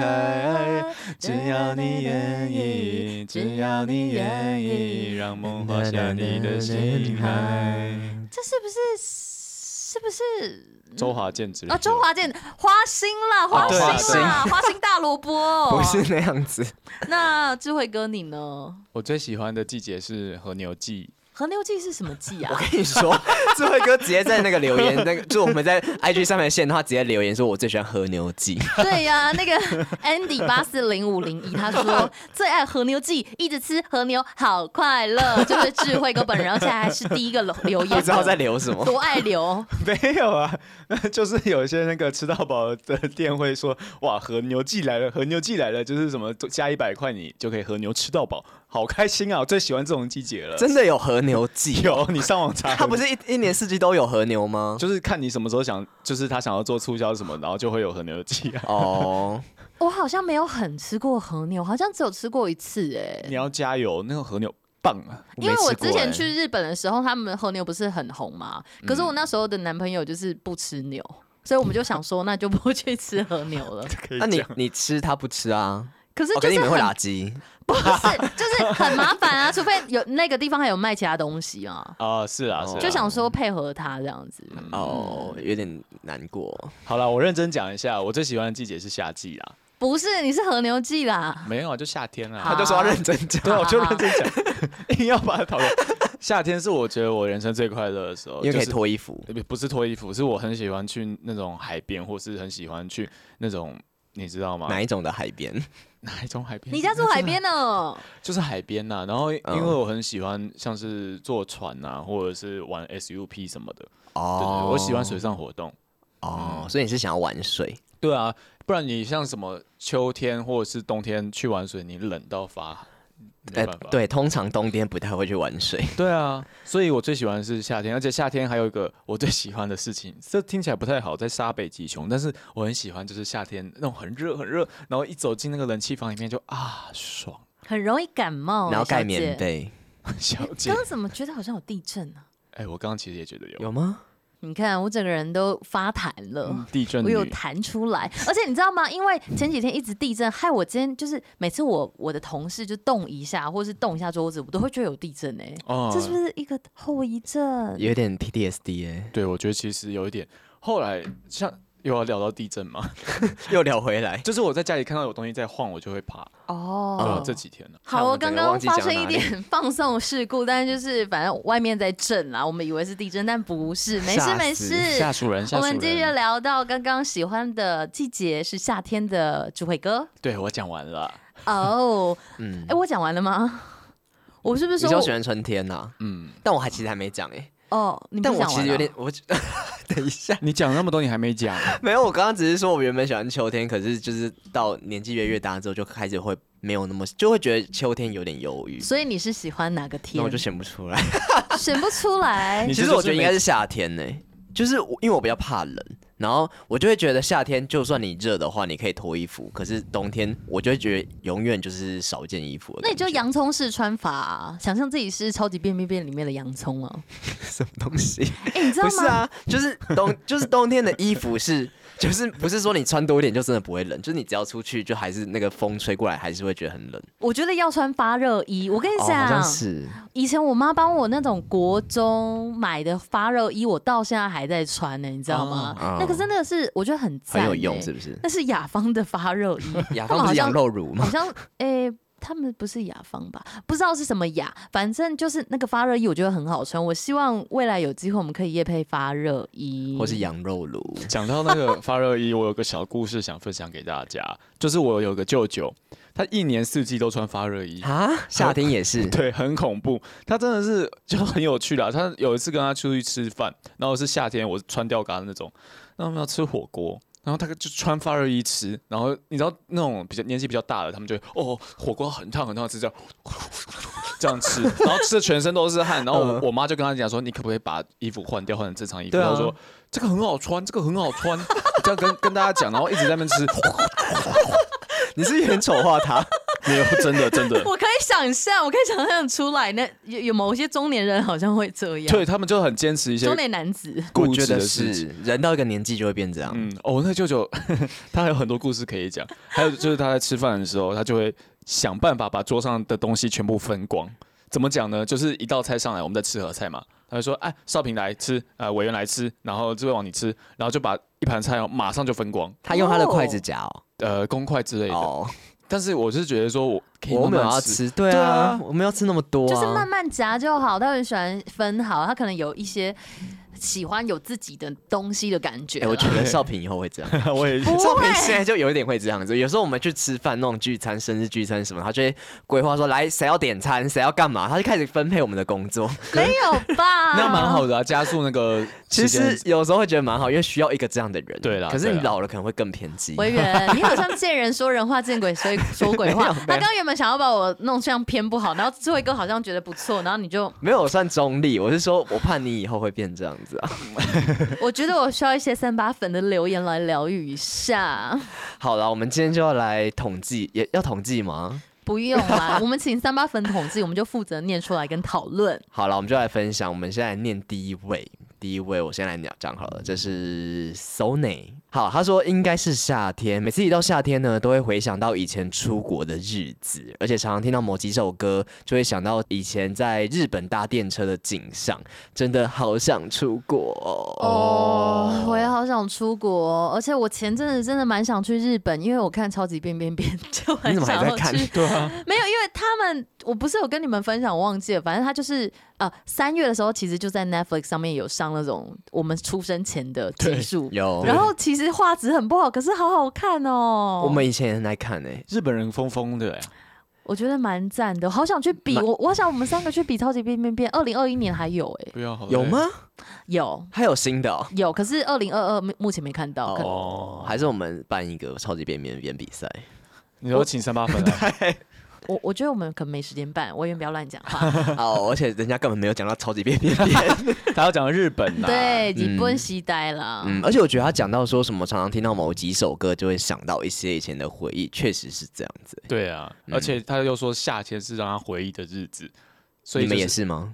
[SPEAKER 2] 开。只要你愿意，只要你愿意，让梦滑向你的心海。
[SPEAKER 1] 这是不是是不是
[SPEAKER 2] 周华健之类的
[SPEAKER 1] 啊？周华健花心啦，花
[SPEAKER 2] 对啊
[SPEAKER 1] 心啦，花心大萝
[SPEAKER 2] [laughs]
[SPEAKER 1] 卜。
[SPEAKER 3] 不是那样子。
[SPEAKER 1] 那智慧哥你呢？
[SPEAKER 2] 我最喜欢的季节是和牛季。
[SPEAKER 1] 和牛季是什么季啊
[SPEAKER 2] [laughs]
[SPEAKER 3] 我？跟你说， [laughs] 智慧哥直接在那个留言，那个就我们在 IG 上面的线，他直接留言说：“我最喜欢和牛
[SPEAKER 2] [laughs]
[SPEAKER 3] 记。 [laughs]
[SPEAKER 1] 对呀、那个 Andy 八四零五零一，他
[SPEAKER 3] [laughs]
[SPEAKER 1] 说最爱和牛季，一直吃和牛好快乐，就是智慧哥本人，而且还是第一个留留”言，
[SPEAKER 3] 不知道在留什么。
[SPEAKER 1] 多爱留。
[SPEAKER 2] [laughs] 没有啊，那就是有些那个吃到饱的店会说，哇，和牛季来了，和牛季来了，就是什么加一百块你就可以和牛吃到饱，好开心啊！我最喜欢这种季节了。
[SPEAKER 3] 真的有和牛记？
[SPEAKER 2] [laughs] 有，你上网查，
[SPEAKER 3] 他不是一一年四季都有和
[SPEAKER 2] [laughs]
[SPEAKER 3] 牛吗？
[SPEAKER 2] 就是看你什么时候想，就是他想要做促销什么，然后就会有和牛季
[SPEAKER 1] [laughs]
[SPEAKER 2] 啊。
[SPEAKER 3] 哦，
[SPEAKER 1] [laughs] 我好像没有很吃过和牛，好像只有吃过一次哎、
[SPEAKER 2] 你要加油，那个和牛棒啊！
[SPEAKER 1] 因为我
[SPEAKER 3] 没吃过
[SPEAKER 1] 之前
[SPEAKER 3] 欸
[SPEAKER 1] 去日本的时候，他们和牛不是很红嘛，
[SPEAKER 3] 嗯
[SPEAKER 1] 可是我那时候的男朋友就是不吃牛，所以我们就想说，那就不去吃和牛
[SPEAKER 3] [laughs]
[SPEAKER 1] 了。
[SPEAKER 2] [laughs] 可以
[SPEAKER 3] 那你
[SPEAKER 2] 讲
[SPEAKER 3] 你吃他不吃啊？
[SPEAKER 1] 可是
[SPEAKER 3] 哦，
[SPEAKER 1] 就
[SPEAKER 3] 可是
[SPEAKER 1] 是
[SPEAKER 3] 你们会
[SPEAKER 1] 很
[SPEAKER 3] 打鸡。
[SPEAKER 1] [laughs] 不是，就是很麻烦啊，除非有那个地方还有卖其他东西啊，
[SPEAKER 2] 啊，是啊，是啊
[SPEAKER 1] 就想说配合他这样子。
[SPEAKER 3] 哦，有点难过。
[SPEAKER 2] 好了，我认真讲一下，我最喜欢的季节是夏季啦。
[SPEAKER 1] 不是，你是和牛季啦。
[SPEAKER 2] 没有啊，就夏天啊。
[SPEAKER 1] 好
[SPEAKER 3] 他就说要啊认真讲，
[SPEAKER 2] 对，我就认真讲， [laughs] 硬要把它讨论。夏天是我觉得我人生最快乐的时候，
[SPEAKER 3] 因为可以
[SPEAKER 2] 就是
[SPEAKER 3] 脱衣服。
[SPEAKER 2] 不不是脱衣服，是我很喜欢去那种海边，或是很喜欢去那种你知道吗？
[SPEAKER 3] 哪一种的海边？
[SPEAKER 2] 哪一种海边？
[SPEAKER 1] 你家住海边哦呢？
[SPEAKER 2] 就是海边呐、然后因
[SPEAKER 3] 嗯
[SPEAKER 2] 为我很喜欢像是坐船呐、或者是玩 SUP 什么的，对对
[SPEAKER 3] 哦
[SPEAKER 2] 对，我喜欢水上活动。
[SPEAKER 3] 哦，所以你是想要玩水？
[SPEAKER 2] 对啊，不然你像什么秋天或者是冬天去玩水，你冷到发，没办法。
[SPEAKER 3] 哎对，通常冬天不太会去玩水。
[SPEAKER 2] 对啊，所以我最喜欢的是夏天，而且夏天还有一个我最喜欢的事情，这听起来不太好，在杀北极熊，但是我很喜欢，就是夏天那种很热很热，然后一走进那个冷气房里面就啊爽，
[SPEAKER 1] 很容易感
[SPEAKER 2] 哦
[SPEAKER 1] 冒、
[SPEAKER 3] 然后盖棉
[SPEAKER 1] 棉被。
[SPEAKER 3] 被，
[SPEAKER 2] [laughs] 小姐
[SPEAKER 1] 刚，刚怎么觉得好像有地震呢、
[SPEAKER 2] 哎、我刚刚其实也觉得有
[SPEAKER 3] 有吗？
[SPEAKER 1] 你看我整个人都发弹了。
[SPEAKER 2] 地震
[SPEAKER 1] 我
[SPEAKER 2] 女
[SPEAKER 1] 有弹出来，而且你知道吗？因为前几天一直地震，害我今天就是每次我我的同事就动一下，或是动一下桌子，我都会觉得有地震哎、
[SPEAKER 2] 哦
[SPEAKER 1] 这是不是一个后遗症？
[SPEAKER 3] 有点 PTSD 哎，
[SPEAKER 2] 对，我觉得其实有一点。哦后来像又要聊到地震嘛，
[SPEAKER 3] [laughs] 又聊回来。
[SPEAKER 2] 就是我在家里看到有东西在晃，我就会怕。对啊
[SPEAKER 1] 哦，
[SPEAKER 2] 这几天呢、
[SPEAKER 1] 好，我
[SPEAKER 3] 看
[SPEAKER 1] 刚
[SPEAKER 3] 我
[SPEAKER 1] 刚
[SPEAKER 3] 整个忘记
[SPEAKER 1] 发
[SPEAKER 3] 讲
[SPEAKER 1] 生一
[SPEAKER 3] 哪里
[SPEAKER 1] 点 [laughs] 放送事故，但是就是反正外面在震啦，我们以为是地震，但不是，没事
[SPEAKER 3] 吓
[SPEAKER 1] 没
[SPEAKER 3] 死
[SPEAKER 1] 事。
[SPEAKER 2] 下属人，下
[SPEAKER 1] 我
[SPEAKER 2] 属
[SPEAKER 1] 们继续
[SPEAKER 2] 人，
[SPEAKER 1] 聊到刚刚喜欢的季节是夏天的智慧
[SPEAKER 3] [laughs]
[SPEAKER 1] 哥
[SPEAKER 2] 对我讲完了，
[SPEAKER 1] 哦，
[SPEAKER 3] 嗯
[SPEAKER 1] 哎、，我讲完了吗？我是不是说
[SPEAKER 3] 你说
[SPEAKER 1] 我
[SPEAKER 3] 喜欢春天呐？
[SPEAKER 2] 嗯，
[SPEAKER 3] 但我还其实还没讲哎，
[SPEAKER 1] 哦？你不
[SPEAKER 3] 但
[SPEAKER 1] 是
[SPEAKER 3] 我
[SPEAKER 1] 讲
[SPEAKER 3] 其
[SPEAKER 1] 完
[SPEAKER 3] 实有
[SPEAKER 1] 了
[SPEAKER 3] 点，我 [laughs] 等一下，
[SPEAKER 2] 你讲那么多你还没讲，
[SPEAKER 3] 没有，我刚刚只是说我原本喜欢秋天，可是就是到年纪越来越大之后，就开始会没有那么，就会觉得秋天有点忧郁，
[SPEAKER 1] 所以你是喜欢哪个
[SPEAKER 3] 那
[SPEAKER 1] 天
[SPEAKER 3] 我？就选不出来。
[SPEAKER 1] [laughs] 选不出
[SPEAKER 3] [laughs]
[SPEAKER 1] 来
[SPEAKER 2] 你。
[SPEAKER 3] 其
[SPEAKER 2] 这
[SPEAKER 3] 实
[SPEAKER 2] 就
[SPEAKER 3] 我
[SPEAKER 2] 是
[SPEAKER 3] 觉得应
[SPEAKER 2] 每
[SPEAKER 3] 该是夏天呢、就是我因为我比较怕冷，然后我就会觉得夏天就算你热的话，你可以脱衣服，可是冬天我就会觉得永远就是少一件衣服的
[SPEAKER 1] 那你
[SPEAKER 3] 感觉。
[SPEAKER 1] 就洋葱式穿法、啊，想象自己是超级变变变里面的洋葱
[SPEAKER 3] [laughs]
[SPEAKER 1] 啊！
[SPEAKER 3] [laughs] 什么东西？
[SPEAKER 1] 哎、你知道
[SPEAKER 3] 不
[SPEAKER 1] 吗？
[SPEAKER 3] 是啊，就是冬 [laughs] 就是冬天的衣服是。就是不是说你穿多一点就真的不会冷，就是你只要出去就还是那个风吹过来还是会觉得很冷。
[SPEAKER 1] 我觉得要穿发热衣。我跟你
[SPEAKER 3] 哦，好
[SPEAKER 1] 讲，
[SPEAKER 3] 像是
[SPEAKER 1] 以前我妈帮我那种国中买的发热衣，我到现在还在穿呢、你知道吗？
[SPEAKER 3] 哦
[SPEAKER 1] 那个真的是我觉得很赞、
[SPEAKER 3] 很
[SPEAKER 1] 欸，
[SPEAKER 3] 有用，是不是？
[SPEAKER 1] 那是雅芳的发热衣，
[SPEAKER 3] [laughs] 雅
[SPEAKER 1] 他们
[SPEAKER 3] 芳不
[SPEAKER 1] 好像
[SPEAKER 3] 是羊肉乳吗
[SPEAKER 1] 好？像诶、他们不是雅芳吧？不知道是什么雅，反正就是那个发热衣，我觉得很好穿。我希望未来有机会我们可以夜配发热衣，
[SPEAKER 3] [laughs] 或是羊肉乳？
[SPEAKER 1] [laughs]
[SPEAKER 2] 讲到那个发热衣，我有个小故事想分享给大家，就是我有个舅舅，他一年四季都穿发热衣。
[SPEAKER 3] 啊，夏天也是
[SPEAKER 2] 对，很恐怖。他真的是就很有趣啦。他有一次跟他出去吃饭，然后是夏天，我是穿吊嘎的那种，那我们要吃火锅。然后他就穿发热衣吃，然后你知道那种比较年纪比较大的，他们就会哦火锅很烫很烫，吃这样这样吃，然后吃的全身都是汗。然后我我妈就跟他讲说，你可不可以把衣服换掉，换成正常衣服？
[SPEAKER 3] 对啊
[SPEAKER 2] 他说这个很好穿，这个很好穿，这样跟跟大家讲，然后一直在那边吃，
[SPEAKER 3] 你是不是很丑化
[SPEAKER 1] [laughs]
[SPEAKER 3] 他？
[SPEAKER 2] 没有真的真的，
[SPEAKER 1] 我可以想象，我可以想象出来，那有有某些中年人好像会这样，
[SPEAKER 2] 对他们就很坚持一些
[SPEAKER 1] 中年男子。
[SPEAKER 2] 固
[SPEAKER 3] 我觉
[SPEAKER 2] 执
[SPEAKER 3] 得
[SPEAKER 2] 的事情
[SPEAKER 3] 是。，人到一个年纪就会变这样。
[SPEAKER 2] 嗯，哦，那舅舅他还有很多故事可以讲，还有就是他在吃饭的时候，他就会想办法把桌上的东西全部分光。怎么讲呢？就是一道菜上来，我们在吃合菜嘛，他就说：“哎，少平来吃，呃，委员来吃，然后这位王你吃，然后就把一盘菜哦马上就分光，
[SPEAKER 3] 他用他的筷子夹哦。
[SPEAKER 2] 呃，公筷之类的。
[SPEAKER 3] 哦，
[SPEAKER 2] 但是我是觉得说，我可以
[SPEAKER 3] 我
[SPEAKER 2] 慢
[SPEAKER 3] 没有
[SPEAKER 2] 慢
[SPEAKER 3] 要
[SPEAKER 2] 吃，
[SPEAKER 3] 吃，对
[SPEAKER 2] 对
[SPEAKER 3] 啊
[SPEAKER 2] 啊，
[SPEAKER 3] 我们要吃那么多
[SPEAKER 1] 就是慢
[SPEAKER 3] 啊。
[SPEAKER 1] 慢夹就好，他很喜欢分好，他可能有一些喜欢有自己的东西的感觉
[SPEAKER 3] 哎，
[SPEAKER 1] 啦。
[SPEAKER 3] 我觉得少平以后会这样。
[SPEAKER 2] [laughs] 我也
[SPEAKER 1] 不
[SPEAKER 3] 少
[SPEAKER 1] 会，
[SPEAKER 3] 平现在就有一点会这样子，有时候我们去吃饭那种聚餐、生日聚餐什么，他就会规划说来谁要点餐，谁要干嘛，他就开始分配我们的工 [laughs] 作。
[SPEAKER 1] 没有 [laughs] 吧？
[SPEAKER 2] 那蛮好的啊，加速那个
[SPEAKER 3] 其
[SPEAKER 2] 时间
[SPEAKER 3] 实有时候会觉得蛮好，因为需要一个这样的人。
[SPEAKER 2] 对啦
[SPEAKER 3] 可是你
[SPEAKER 2] 对啦
[SPEAKER 3] 老了可能会更偏激。
[SPEAKER 1] 维园，你好像见人说人话，见鬼说 [laughs] 说鬼话。他刚原本想要把我弄这样偏不好，然后最后一个好像觉得不错，然后你就，
[SPEAKER 3] [laughs] 没有我算中立，我是说我怕你以后会变这样子啊。
[SPEAKER 1] 我觉得我需要一些三八粉的留言来疗愈一下。
[SPEAKER 3] 好了，我们今天就要来统计，也要统计吗？
[SPEAKER 1] 不用啦，我们请三八粉统计，我们就负责念出来跟讨论。
[SPEAKER 3] 好了，我们就来分享。我们现在念第一位，第一位我先来讲讲好
[SPEAKER 1] 嗯
[SPEAKER 3] 了，这是 Sony。好，他说应该是夏天，每次一到夏天呢，都会回想到以前出国的日子，而且常常听到某几首歌，就会想到以前在日本搭电车的景象，真的好想出国哦。
[SPEAKER 1] 哦，我也好想出国哦、而且我前阵子真的蛮想去日本，因为我看《超级变变变》就很 [laughs]
[SPEAKER 3] 你怎么还
[SPEAKER 1] 想
[SPEAKER 3] 在
[SPEAKER 1] 要
[SPEAKER 3] 看
[SPEAKER 1] 去。
[SPEAKER 2] 对啊，
[SPEAKER 1] 没有，因为他们，我不是有跟你们分享，我忘记了。反正他就是呃，三月的时候，其实就在 Netflix 上面有上那种我们出生前的集数，
[SPEAKER 3] [laughs] 有
[SPEAKER 1] 然后其实画质很不好，可是好好看哦。
[SPEAKER 3] 我们以前也很爱看诶、
[SPEAKER 2] 日本人疯疯的、欸，
[SPEAKER 1] 我觉得蛮赞的，好想去比
[SPEAKER 3] 蛮
[SPEAKER 1] 我，我想我们三个去比超级变变变。二零二一年还有哎、
[SPEAKER 2] 不要好
[SPEAKER 3] 有
[SPEAKER 2] 累？
[SPEAKER 3] 吗？
[SPEAKER 1] 有
[SPEAKER 3] 还有新的哦、
[SPEAKER 1] 有，可是二零二二目前没看到。可能
[SPEAKER 2] 哦，
[SPEAKER 3] 还是我们办一个超级变变变比
[SPEAKER 1] [laughs]
[SPEAKER 3] 赛？
[SPEAKER 2] 你说请三八粉啊？
[SPEAKER 1] 我我觉得我们可能没时间办，我也不要乱讲
[SPEAKER 2] [laughs]
[SPEAKER 1] 话。
[SPEAKER 3] 哦，而且人家根本没有讲到超级变变变。
[SPEAKER 2] 他要讲日本啊呐、
[SPEAKER 1] 对，
[SPEAKER 3] 嗯
[SPEAKER 1] 你不能期待啦。
[SPEAKER 3] 嗯，而且我觉得他讲到说什么，常常听到某几首歌就会想到一些以前的回忆，确实是这样子。
[SPEAKER 2] 对啊，而且
[SPEAKER 3] 嗯
[SPEAKER 2] 他又说夏天是让他回忆的日子，所以、
[SPEAKER 3] 你
[SPEAKER 2] 就
[SPEAKER 3] 们也是吗？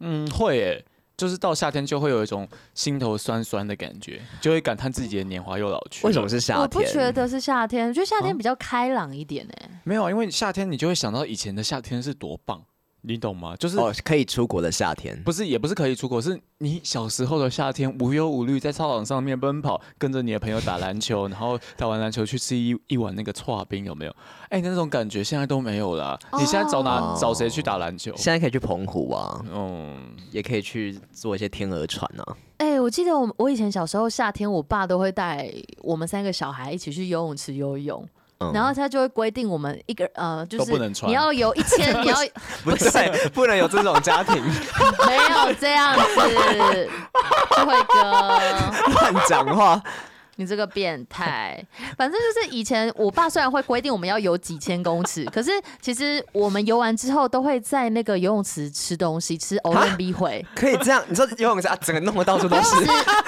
[SPEAKER 2] 嗯，会诶，就是到夏天就会有一种心头酸酸的感觉，就会感叹自己的年华又老去。
[SPEAKER 3] 为什么？是夏天？
[SPEAKER 1] 我不觉得是夏天，我觉得夏天比较开朗一点哎、
[SPEAKER 2] 没有啊，因为夏天你就会想到以前的夏天是多棒，你懂吗？就是
[SPEAKER 3] 哦，可以出国的夏天。
[SPEAKER 2] 不是也不是可以出国，是你小时候的夏天无忧无虑，在操场上面奔跑，跟着你的朋友打篮球，然后打完篮球去吃一一碗那个刨冰，有没有？哎、那种感觉现在都没有了。啊你现在找哪、
[SPEAKER 1] 哦
[SPEAKER 2] 找谁去打篮球？
[SPEAKER 3] 现在可以去澎湖啊，
[SPEAKER 2] 嗯，
[SPEAKER 3] 也可以去做一些天鹅船啊。
[SPEAKER 1] 哎、我记得我我以前小时候夏天，我爸都会带我们三个小孩一起去游泳池游泳，
[SPEAKER 3] 嗯
[SPEAKER 1] 然后他就会规定我们一个呃，就
[SPEAKER 2] 都
[SPEAKER 1] 是
[SPEAKER 2] 不能穿
[SPEAKER 1] 你要游一千，
[SPEAKER 2] [laughs]
[SPEAKER 1] 你要
[SPEAKER 3] 不对，不能有这种家庭
[SPEAKER 1] 没有这样
[SPEAKER 2] [laughs]
[SPEAKER 1] 子，智慧哥。
[SPEAKER 3] 乱讲话。
[SPEAKER 1] 你这个变态，反正就是以前我爸虽然会规定我们要游几千公尺，可是其实我们游完之后都会在那个游泳池吃东西，吃
[SPEAKER 3] 啊
[SPEAKER 1] 欧伦比会，
[SPEAKER 3] 可以这样，你说游泳池啊，整个弄得到处都是。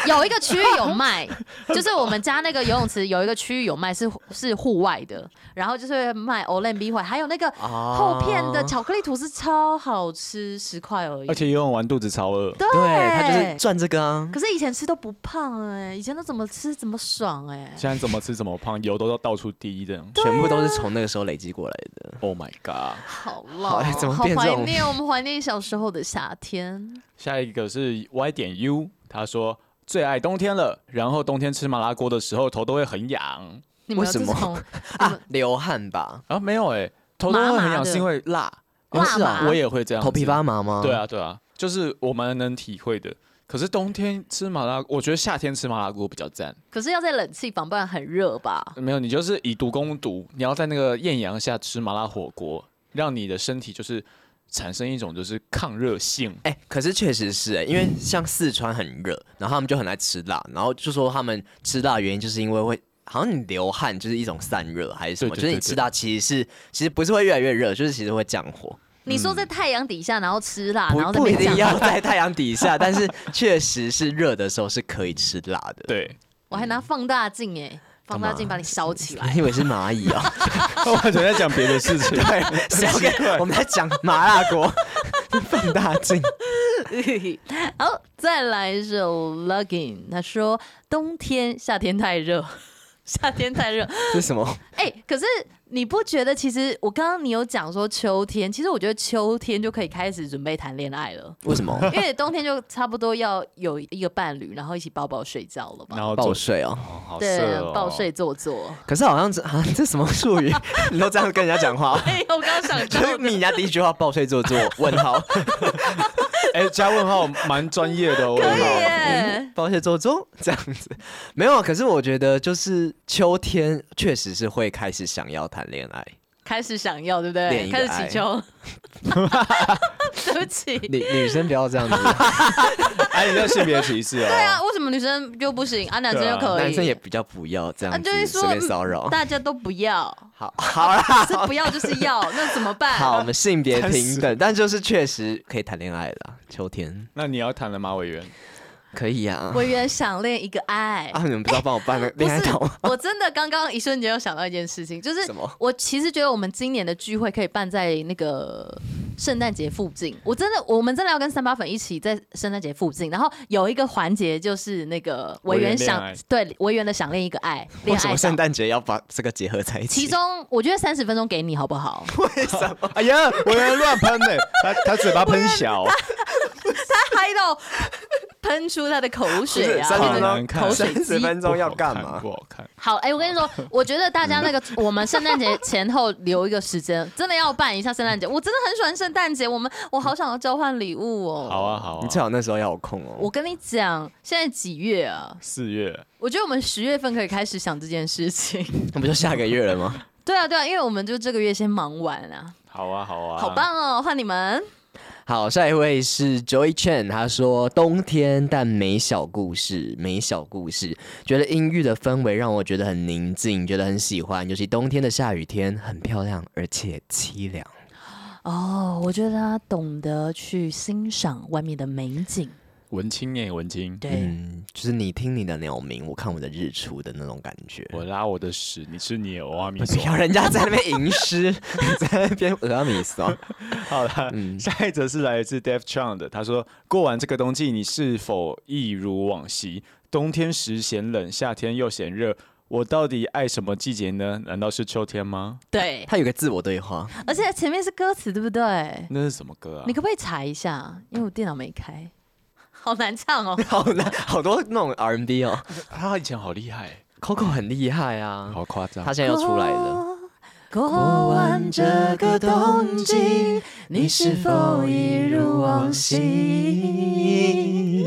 [SPEAKER 1] 有一个区域有卖，就是我们家那个游泳池有一个区域有卖是是户外的，然后就是会卖欧伦比会，还有那个
[SPEAKER 3] 啊
[SPEAKER 1] 厚片的巧克力吐司超好吃，十块而已
[SPEAKER 2] 而。且游泳完肚子超饿。
[SPEAKER 1] 对，
[SPEAKER 3] 对他
[SPEAKER 1] 欸
[SPEAKER 3] 就是赚这个啊。
[SPEAKER 1] 可是以前吃都不胖哎、以前都怎么吃怎么爽哎、
[SPEAKER 2] 现在怎么吃怎么胖，油都要到处滴这样。
[SPEAKER 1] 啊
[SPEAKER 3] 全部都是从那个时候累积过来的。
[SPEAKER 2] Oh my god！
[SPEAKER 1] 好
[SPEAKER 3] 好哎
[SPEAKER 1] 老，
[SPEAKER 3] 怎么
[SPEAKER 1] 好
[SPEAKER 3] 变这
[SPEAKER 1] 怀
[SPEAKER 3] 种
[SPEAKER 1] 念我们怀念小时候的夏
[SPEAKER 3] [laughs]
[SPEAKER 1] 天。
[SPEAKER 2] 下一个是 Y 点 U，他说最爱冬天了，然后冬天吃麻辣锅的时候头都会很痒
[SPEAKER 1] 你们
[SPEAKER 3] 为什么 [laughs]
[SPEAKER 1] 从
[SPEAKER 3] 啊，流汗吧，
[SPEAKER 2] 啊，没有哎、头都会
[SPEAKER 1] 麻
[SPEAKER 2] 很
[SPEAKER 1] 麻
[SPEAKER 2] 痒
[SPEAKER 1] 的
[SPEAKER 2] 是因为辣，
[SPEAKER 1] 辣
[SPEAKER 3] 是啊
[SPEAKER 1] 麻
[SPEAKER 2] 我也会这样，
[SPEAKER 3] 头皮发。麻吗？
[SPEAKER 2] 对，啊，对啊，就是我蛮能体会的。可是冬天吃麻辣，我觉得夏天吃麻辣锅比较赞。
[SPEAKER 1] 可是要在冷气房，不然很热吧？
[SPEAKER 2] 没有，你就是以毒攻毒，你要在那个艳阳下吃麻辣火锅，让你的身体就是产生一种就是抗热性。
[SPEAKER 3] 哎、可是确实是、哎，因为像四川很热，然后他们就很爱吃辣，然后就说他们吃辣的原因就是因为会。好像你流汗就是一种散热还是什么，
[SPEAKER 2] 对对
[SPEAKER 3] 就是你
[SPEAKER 2] 对对
[SPEAKER 3] 吃辣其实是其实不是会越来越热，就是其实会降火，
[SPEAKER 1] 你说在太阳底下，然后吃辣，然后
[SPEAKER 3] 嗯不
[SPEAKER 1] 在
[SPEAKER 3] 不一
[SPEAKER 1] 讲，
[SPEAKER 3] 定要在太阳底下，但是确实是热的时候是可以吃辣的。， [laughs]
[SPEAKER 2] 对，
[SPEAKER 1] 我还拿放大镜哎、放大
[SPEAKER 3] 干
[SPEAKER 1] 镜
[SPEAKER 3] 嘛
[SPEAKER 1] 把你烧起
[SPEAKER 3] [laughs]
[SPEAKER 1] 来。
[SPEAKER 3] 你以为是蚂蚁啊、
[SPEAKER 2] [laughs] 我完全在讲别的事
[SPEAKER 3] [laughs]
[SPEAKER 2] 情。
[SPEAKER 3] 谁要跟我们在讲麻辣锅放大镜，
[SPEAKER 1] 好，再来一首 Lugging，他说冬天、夏天太热，夏天太热。
[SPEAKER 3] [laughs] 这是什么？
[SPEAKER 1] 哎、可是你不觉得？其实我刚刚你有讲说秋天，其实我觉得秋天就可以开始准备谈恋爱了。
[SPEAKER 3] 为 [laughs] 什么？
[SPEAKER 1] [laughs] 因为冬天就差不多要有一个伴侣，然后一起抱抱睡觉了吧？
[SPEAKER 2] 然后
[SPEAKER 3] 报
[SPEAKER 2] 做
[SPEAKER 3] 税哦。
[SPEAKER 2] 哦好
[SPEAKER 1] 对
[SPEAKER 2] 色哦，
[SPEAKER 1] 抱睡做做。
[SPEAKER 3] 可是好像这啊，这什么术语？ [laughs] 你都这样跟人家讲话哦，
[SPEAKER 1] [laughs] 哎、我刚刚想
[SPEAKER 3] [laughs] 就
[SPEAKER 1] 到
[SPEAKER 3] 是你人家第一句话报税做做问号，
[SPEAKER 2] 哎、加问号蛮专业的哦。
[SPEAKER 1] 可
[SPEAKER 2] 问
[SPEAKER 1] 以
[SPEAKER 2] 号
[SPEAKER 1] 耶，
[SPEAKER 3] 报税做做这样子，没有啊。可是我觉得就是秋天确实是会开始想要谈恋爱。
[SPEAKER 1] 开始想要对不
[SPEAKER 3] 恋
[SPEAKER 1] 对？
[SPEAKER 3] 一
[SPEAKER 1] 开
[SPEAKER 3] 个
[SPEAKER 1] 始
[SPEAKER 3] 爱
[SPEAKER 1] 祈求。对不起。
[SPEAKER 3] 女女生不要这
[SPEAKER 1] [laughs]
[SPEAKER 3] 样子，
[SPEAKER 2] 哎，你在性别歧视哦。
[SPEAKER 1] 对啊，为什么女生就不行啊？男生
[SPEAKER 2] 对
[SPEAKER 1] 就
[SPEAKER 2] 啊
[SPEAKER 1] 可以？
[SPEAKER 3] 男生也比较不要这
[SPEAKER 1] 啊，
[SPEAKER 3] 样
[SPEAKER 1] 就
[SPEAKER 3] 子
[SPEAKER 1] 是说
[SPEAKER 3] 随便骚扰
[SPEAKER 1] 嗯。大家都不要，
[SPEAKER 3] 好，好
[SPEAKER 1] [laughs]
[SPEAKER 3] 啦，
[SPEAKER 1] 是不要就是要，那怎么办？
[SPEAKER 3] 好，我们性别
[SPEAKER 2] 但
[SPEAKER 3] 平
[SPEAKER 2] 是
[SPEAKER 3] 等，但就是确实可以谈恋爱啦。秋天
[SPEAKER 2] 那你要谈了吗，委员？ [laughs]
[SPEAKER 3] 可以啊。
[SPEAKER 1] 我原想恋一个爱
[SPEAKER 3] 啊，。你们不知道帮我办个恋爱
[SPEAKER 1] [laughs] 不是
[SPEAKER 3] 岛吗？
[SPEAKER 1] 我真的刚刚一瞬间又想到一件事情，就是
[SPEAKER 3] 什么
[SPEAKER 1] 我其实觉得我们今年的聚会可以办在那个圣诞节附近。我真的，我们真的要跟三八粉一起在圣诞节附近，然后有一个环节就是那个
[SPEAKER 2] 维
[SPEAKER 1] 维
[SPEAKER 2] 园
[SPEAKER 1] 园
[SPEAKER 2] 恋
[SPEAKER 1] 想
[SPEAKER 2] 爱
[SPEAKER 1] 对维园的想恋一个爱
[SPEAKER 3] 为
[SPEAKER 1] 恋
[SPEAKER 3] 什
[SPEAKER 1] 爱
[SPEAKER 3] 么圣
[SPEAKER 1] 岛。
[SPEAKER 3] 诞节要把这个结合在一起？
[SPEAKER 1] 其中我觉得三十分钟给你好不好？ [laughs]
[SPEAKER 3] 为什么？
[SPEAKER 2] 哎呀，
[SPEAKER 1] [laughs]
[SPEAKER 2] 委员乱喷呢，他他嘴巴喷小。
[SPEAKER 1] 他嗨到喷出他的口
[SPEAKER 3] 不
[SPEAKER 1] 水
[SPEAKER 3] 是
[SPEAKER 1] 啊，
[SPEAKER 3] 三
[SPEAKER 1] 变成
[SPEAKER 3] 十分
[SPEAKER 2] 好难
[SPEAKER 3] 钟，
[SPEAKER 2] 看口
[SPEAKER 1] 水
[SPEAKER 3] 三
[SPEAKER 1] 鸡
[SPEAKER 3] 十分钟要干
[SPEAKER 2] 不好看
[SPEAKER 3] 嘛？
[SPEAKER 2] 不好看，
[SPEAKER 1] 好，哎、我跟你说，我觉得大家那个，我们圣诞节前后留一个时间，真的要办一下圣诞节。我真的很喜欢圣诞节，我们我好想要交换礼物哦。
[SPEAKER 2] 好啊好啊
[SPEAKER 3] 你，最好那时候要有空哦。
[SPEAKER 1] 我跟你讲，现在几月啊？
[SPEAKER 2] 四月
[SPEAKER 1] 我觉得我们十月份可以开始想这件事情。 [laughs]
[SPEAKER 3] 那不就下个月了吗？
[SPEAKER 1] 对啊，对啊，因为我们就这个月先忙完啊，
[SPEAKER 2] 好啊好啊，
[SPEAKER 1] 好棒哦，换你们。
[SPEAKER 3] 好，下一位是 Joy Chen，他说冬天但没小故事，没小故事，觉得阴郁的氛围让我觉得很宁静，觉得很喜欢，尤其冬天的下雨天很漂亮，而且凄凉。
[SPEAKER 1] 哦，我觉得他懂得去欣赏外面的美景，
[SPEAKER 2] 文青哎文青，
[SPEAKER 1] 对，
[SPEAKER 3] 嗯，就是你听你的鸟鸣，我看我的日出的那种感觉。
[SPEAKER 2] 我拉我的屎，你吃你的阿米
[SPEAKER 3] 不
[SPEAKER 2] 索。
[SPEAKER 3] 要人家在那边吟
[SPEAKER 2] [laughs]
[SPEAKER 3] 诗，你在那边呃俄阿米索。
[SPEAKER 2] 好了，下一则是来自 Def Chang 的，他说：“过完这个冬季，你是否一如往昔？冬天时嫌冷，夏天又嫌热，我到底爱什么季节呢？难道是秋天吗？
[SPEAKER 1] 对，
[SPEAKER 3] 他有个自我对话，
[SPEAKER 1] 而且前面是歌词，对不对？
[SPEAKER 2] 那是什么歌啊
[SPEAKER 1] 你？可不可以查一下？因为我电脑没开，好难唱哦。
[SPEAKER 3] 好难，好多那种 R&B 哦
[SPEAKER 2] 他以前好厉害，
[SPEAKER 3] ，Coco 很厉害啊，
[SPEAKER 2] 好夸 [laughs]
[SPEAKER 3] 他
[SPEAKER 2] 张。
[SPEAKER 3] 现在又出来了。
[SPEAKER 1] 过。
[SPEAKER 3] 过
[SPEAKER 1] 过
[SPEAKER 3] 完
[SPEAKER 1] 完
[SPEAKER 3] 这
[SPEAKER 1] 这
[SPEAKER 3] 个
[SPEAKER 1] 个
[SPEAKER 3] 冬
[SPEAKER 1] 冬
[SPEAKER 3] 季
[SPEAKER 1] 季，，
[SPEAKER 3] 你
[SPEAKER 1] 你是
[SPEAKER 3] 是否
[SPEAKER 1] 否
[SPEAKER 3] 一
[SPEAKER 1] 一
[SPEAKER 3] 如
[SPEAKER 1] 如
[SPEAKER 3] 往
[SPEAKER 1] 往
[SPEAKER 3] 昔
[SPEAKER 1] 昔？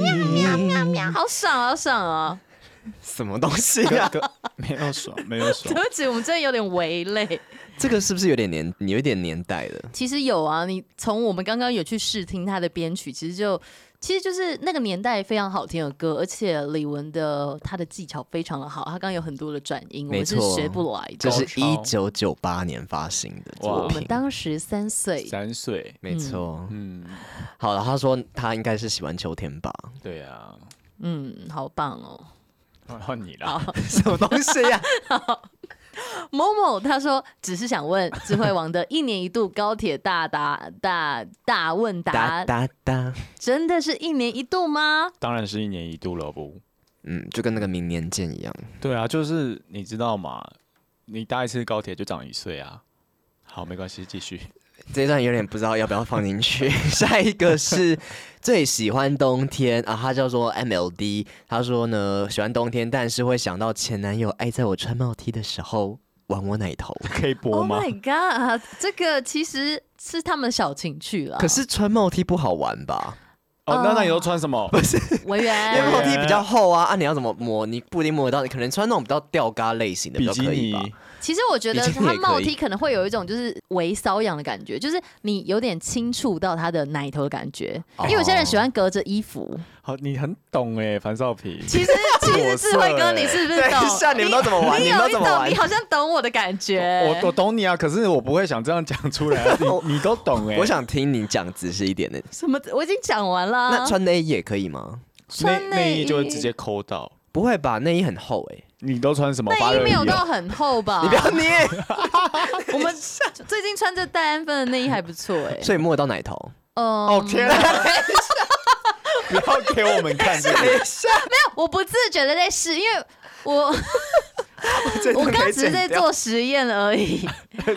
[SPEAKER 1] 好爽啊，好爽啊！
[SPEAKER 3] 什么东西
[SPEAKER 2] 歌
[SPEAKER 3] 啊？
[SPEAKER 2] 歌没有爽，没有
[SPEAKER 1] [laughs]
[SPEAKER 2] 爽
[SPEAKER 1] 对。 [laughs] 不起，我们真的有点微累。
[SPEAKER 3] 这个是不是有点年，有一点年代的？
[SPEAKER 1] 其实有啊，你从我们刚刚有去试听他的编曲，其实就其实就是那个年代非常好听的歌，而且李玟的他的技巧非常的好，他刚刚有很多的转音，我
[SPEAKER 3] 没
[SPEAKER 1] 们是
[SPEAKER 3] 错
[SPEAKER 1] 学不来的。
[SPEAKER 3] 这是
[SPEAKER 2] 超
[SPEAKER 3] 一九九八年发行的作
[SPEAKER 1] 我们
[SPEAKER 3] 品，
[SPEAKER 1] 当时三岁，
[SPEAKER 2] 三岁，
[SPEAKER 3] 没错。
[SPEAKER 2] 嗯，
[SPEAKER 3] 好了，他说他应该是喜欢秋天
[SPEAKER 1] [laughs]
[SPEAKER 3] 吧？
[SPEAKER 2] 对啊，
[SPEAKER 1] 嗯，好棒哦。
[SPEAKER 2] 换换你啦。
[SPEAKER 3] 什么东西啊
[SPEAKER 1] [laughs]
[SPEAKER 3] 呀、
[SPEAKER 1] 某某他说，只是想问智慧王的一年一度高铁大答大大问答，
[SPEAKER 3] 哒哒哒，
[SPEAKER 1] 真的是一年一度吗？
[SPEAKER 2] 当然是一年一度了不？
[SPEAKER 3] 嗯，就跟那个明年见一样。
[SPEAKER 2] 对啊，就是你知道嘛，你搭一次高铁就长一岁啊。好，没关系，继续。
[SPEAKER 3] 这一段有点不知道要不要放进去。 [laughs] 下一个是最喜欢冬天啊，他叫做 MLD，他说呢喜欢冬天，但是会想到前男友爱在我穿帽 T 的时候玩我奶头。
[SPEAKER 2] 可以播
[SPEAKER 1] Oh
[SPEAKER 2] 吗？
[SPEAKER 1] my god！这个其实是他们的小情趣了。
[SPEAKER 3] 可是穿帽 T 不好玩吧？
[SPEAKER 2] 哦，那那你都穿什 [laughs] 么？
[SPEAKER 1] 维
[SPEAKER 3] [laughs] 因为
[SPEAKER 1] 园
[SPEAKER 3] 帽 T 比较厚啊，啊你要怎么摸？你不一定摸得到，你可能穿那种比较吊嘎类型的比
[SPEAKER 2] 比
[SPEAKER 3] 较
[SPEAKER 2] 基
[SPEAKER 3] 可以
[SPEAKER 2] 尼
[SPEAKER 3] 吧？
[SPEAKER 1] 其实我觉得
[SPEAKER 3] 已经
[SPEAKER 1] 他
[SPEAKER 3] 也可以
[SPEAKER 1] 帽 T 可能会有一种就是微瘙痒的感觉，就是你有点轻触到他的奶头的感觉，
[SPEAKER 3] 哦
[SPEAKER 1] 因为有些人喜欢隔着衣
[SPEAKER 3] [laughs]
[SPEAKER 1] 服。
[SPEAKER 2] 好，你很懂哎，樊少平。
[SPEAKER 1] 其实 [laughs] 其实智慧哥，你是不是
[SPEAKER 3] 等
[SPEAKER 1] 懂
[SPEAKER 3] 一？下，你们都怎么玩？
[SPEAKER 1] 你
[SPEAKER 3] 们
[SPEAKER 1] 有
[SPEAKER 3] 都
[SPEAKER 1] 一
[SPEAKER 3] 怎么
[SPEAKER 1] 种
[SPEAKER 3] 玩
[SPEAKER 1] 你？好像懂我的感觉。
[SPEAKER 2] 我我懂你啊，可是我不会想这样讲出来啊，你你都懂哎。
[SPEAKER 3] 我想听你讲仔细一点的。
[SPEAKER 1] 什么？我已经讲完了。
[SPEAKER 3] 那穿内衣也可以
[SPEAKER 2] 内
[SPEAKER 3] 吗？
[SPEAKER 1] 穿
[SPEAKER 2] 内
[SPEAKER 1] 衣
[SPEAKER 2] 衣就会直接抠到。
[SPEAKER 3] 不会吧，内衣很厚哎、
[SPEAKER 2] 你都穿什么？发
[SPEAKER 1] 内衣
[SPEAKER 2] 热
[SPEAKER 1] 没
[SPEAKER 2] 衣 [laughs]
[SPEAKER 1] 有到
[SPEAKER 2] 哦？
[SPEAKER 1] 很厚吧？
[SPEAKER 3] [laughs] 你不要 [laughs] 捏，
[SPEAKER 1] 我们最近穿这戴安芬的内衣还不错哎、
[SPEAKER 3] [laughs] 所以摸得到奶头。Oh,
[SPEAKER 1] 嗯，
[SPEAKER 2] 哦天啊！不要给我们看这个，
[SPEAKER 1] 我不自觉的在试，因为我
[SPEAKER 2] [laughs]
[SPEAKER 1] 我
[SPEAKER 3] [laughs] 我
[SPEAKER 1] 刚只是在做实验而
[SPEAKER 2] [laughs]
[SPEAKER 1] 已。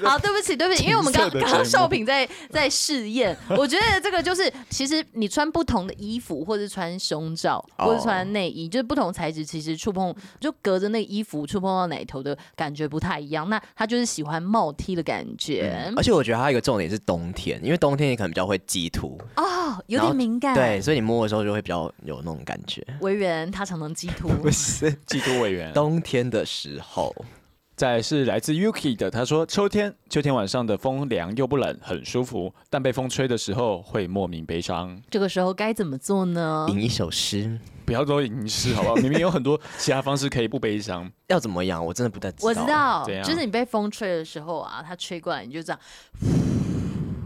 [SPEAKER 1] 好，对不起，对不起，因为我们刚
[SPEAKER 2] 金色的
[SPEAKER 1] 刚
[SPEAKER 2] 节目
[SPEAKER 1] 刚少平在在试验，我觉得这个就是，其实你穿不同的衣服，或者穿胸罩，
[SPEAKER 3] 哦
[SPEAKER 1] 或者穿内衣，就是不同材质，其实触碰就隔着那个衣服触碰到奶头的感觉不太一样。那他就是喜欢帽 T 的感觉
[SPEAKER 2] 嗯
[SPEAKER 3] 而且我觉得还有一个重点是冬天，因为冬天你可能比较会激突，
[SPEAKER 1] 哦，有
[SPEAKER 3] 然后
[SPEAKER 1] 点敏感。
[SPEAKER 3] 对，，所以你摸的时候就会比较有那种感觉。
[SPEAKER 1] 维园他常常激
[SPEAKER 3] [laughs]
[SPEAKER 1] 突。
[SPEAKER 3] 是
[SPEAKER 2] 季都委员。
[SPEAKER 3] 冬天的时候，
[SPEAKER 2] 再来是来自 Yuki 的，他说：秋天，秋天晚上的风凉又不冷，很舒服，但被风吹的时候会莫名悲伤。
[SPEAKER 1] 这个时候该怎么做呢？
[SPEAKER 3] 吟一首诗
[SPEAKER 2] 不要都吟诗好不好？明明有很多其他方式可以不悲伤。
[SPEAKER 3] 要怎么样？我真的不太知道。啊
[SPEAKER 1] 我知道，
[SPEAKER 2] 怎样
[SPEAKER 1] 就是你被风吹的时候啊，它吹过来，你就这样，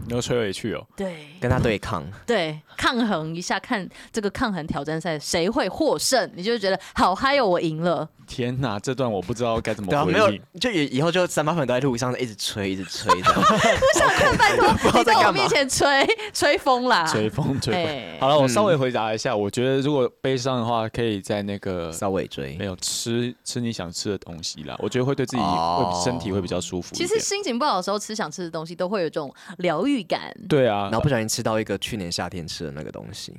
[SPEAKER 2] 你要吹回去哦。
[SPEAKER 1] 对
[SPEAKER 3] 跟他对抗，
[SPEAKER 1] 对，抗
[SPEAKER 3] [laughs]
[SPEAKER 1] 衡一下，看这个抗衡挑战赛谁会获胜，你就会觉得好嗨哦，我赢了。
[SPEAKER 2] 天哪，这段我不知道该怎么
[SPEAKER 3] 对啊，
[SPEAKER 2] 回
[SPEAKER 3] 没有
[SPEAKER 2] 应。，
[SPEAKER 3] 就以以后就三八粉都在路上一直吹，一直吹这样。
[SPEAKER 2] [laughs]
[SPEAKER 1] 拜托，
[SPEAKER 3] 不
[SPEAKER 1] 你
[SPEAKER 3] 知道在
[SPEAKER 1] 在我
[SPEAKER 3] 干嘛
[SPEAKER 1] 面前吹 [laughs] 吹风啦，
[SPEAKER 2] 吹风，吹风。
[SPEAKER 1] 啊哎
[SPEAKER 2] 好了，我稍微回答一下，我觉得如果悲伤的话，可以在那个
[SPEAKER 3] 稍微追
[SPEAKER 2] 没，有吃吃你想吃的东西啦。我觉得会对自己
[SPEAKER 3] 哦
[SPEAKER 2] 会身体会比较舒服一
[SPEAKER 1] 其
[SPEAKER 2] 点。
[SPEAKER 1] 实心情不好的时候吃想吃的东西，都会有一种疗愈感。
[SPEAKER 2] 对啊， [laughs]
[SPEAKER 3] 然后不小心吃到一个去年夏天吃的那个东西，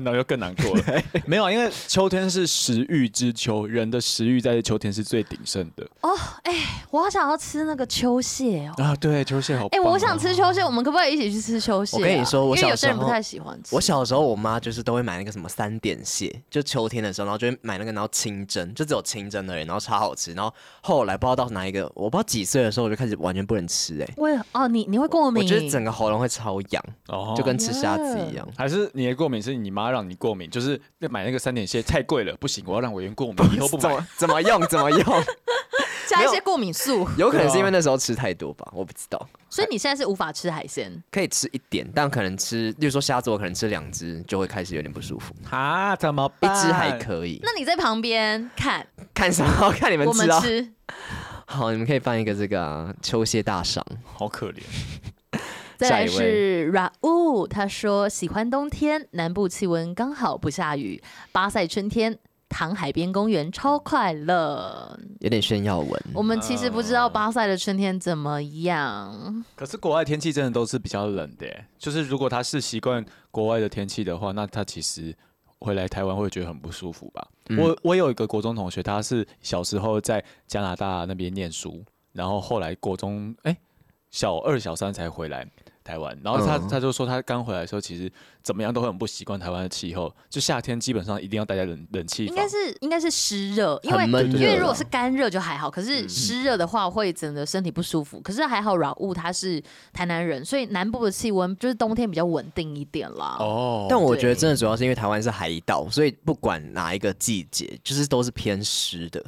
[SPEAKER 2] 那就更难过了。 [laughs] 没有啊，因为秋天是食欲之秋，人的食欲在秋天是最鼎盛的
[SPEAKER 3] 哦
[SPEAKER 1] 哦哎我好想要吃那个秋蟹哦。
[SPEAKER 2] 啊。对，秋蟹好
[SPEAKER 1] 哎、
[SPEAKER 2] 棒哦
[SPEAKER 1] 我想吃秋蟹，我们可不可以一起去吃秋蟹啊、
[SPEAKER 3] 啊我跟你说我
[SPEAKER 1] 因为有
[SPEAKER 3] 小
[SPEAKER 1] 些
[SPEAKER 3] 时候
[SPEAKER 1] 人不太喜欢吃。
[SPEAKER 3] 我小时候，我妈就是都会买那个什么三点蟹，就秋天的时候，然后就会买那个，然后清蒸，就只有清蒸而已，然后超好吃。然后后来不知道到哪一个，我不知道几岁的时候，我就开始完全不能吃、欸，哎，
[SPEAKER 1] 我也哦，你你会过
[SPEAKER 3] 我
[SPEAKER 1] 敏？
[SPEAKER 3] 觉得整个喉咙会超痒，
[SPEAKER 2] 哦
[SPEAKER 3] 就跟吃虾子
[SPEAKER 2] [laughs]
[SPEAKER 3] 一样。
[SPEAKER 2] 还是你的过敏是你妈让你过敏，就是买那个三点蟹太贵了，不行，我要让委员过敏，以后 [laughs] 不
[SPEAKER 3] 怎
[SPEAKER 2] 买。
[SPEAKER 3] 么怎么用怎么用， [laughs]
[SPEAKER 1] 加一
[SPEAKER 3] 没
[SPEAKER 1] 些
[SPEAKER 3] 有
[SPEAKER 1] 过敏
[SPEAKER 3] [laughs]
[SPEAKER 1] 素，
[SPEAKER 3] 有可能是因为那时候吃太多吧，我不知道。
[SPEAKER 1] 所以你现在是无法吃海
[SPEAKER 3] [laughs]
[SPEAKER 1] 鲜。
[SPEAKER 3] 可以吃一点，但可能吃，例如说虾子，我可能吃两只就会开始有点不舒服，
[SPEAKER 2] 啊，怎么
[SPEAKER 3] 一
[SPEAKER 2] 办？
[SPEAKER 3] 只还可以。
[SPEAKER 1] 那你在旁边看
[SPEAKER 3] 看什么？看你们
[SPEAKER 1] 我
[SPEAKER 3] 吃
[SPEAKER 1] 们
[SPEAKER 3] 啊！ [laughs]
[SPEAKER 1] 吃，
[SPEAKER 3] 好，你们可以办一个这个啊、秋蟹大赏。
[SPEAKER 2] 好可怜。
[SPEAKER 1] 再来
[SPEAKER 3] 下一
[SPEAKER 1] 是 Raul，他说喜欢冬天，南部气温刚好不下雨，巴塞春天。躺海边公园超快乐，
[SPEAKER 3] 有点炫耀文。
[SPEAKER 1] 我们其实不知
[SPEAKER 3] 啊
[SPEAKER 1] 道巴塞的春天怎么样，
[SPEAKER 2] 可是国外天气真的都是比较冷的耶，就是如果他是习惯国外的天气的话，那他其实回来台湾会觉得很不舒服吧。我我有一个国中同学，他是小时候在加拿大那边念书，然后后来国中哎、小二小三才回来台湾，然后他、
[SPEAKER 3] 嗯
[SPEAKER 2] 他就说他刚回来的时候，其实怎么样都会很不习惯台湾的气候，就夏天基本上一定要待在冷冷气
[SPEAKER 1] 应
[SPEAKER 2] 房
[SPEAKER 1] 该。是应该是湿热，因为
[SPEAKER 3] 很闷
[SPEAKER 1] 因为
[SPEAKER 3] 热
[SPEAKER 1] 如果
[SPEAKER 3] 啦嗯
[SPEAKER 1] 是干热就还好，可是湿热的话会整个身体不舒服。可是还好 Raul 他是台南人，所以南部的气温就是冬天比较稳定一点啦。
[SPEAKER 2] 哦，
[SPEAKER 3] 但我
[SPEAKER 1] 对
[SPEAKER 3] 觉得真的主要是因为台湾是海岛，所以不管哪一个季节，就是都是偏湿的，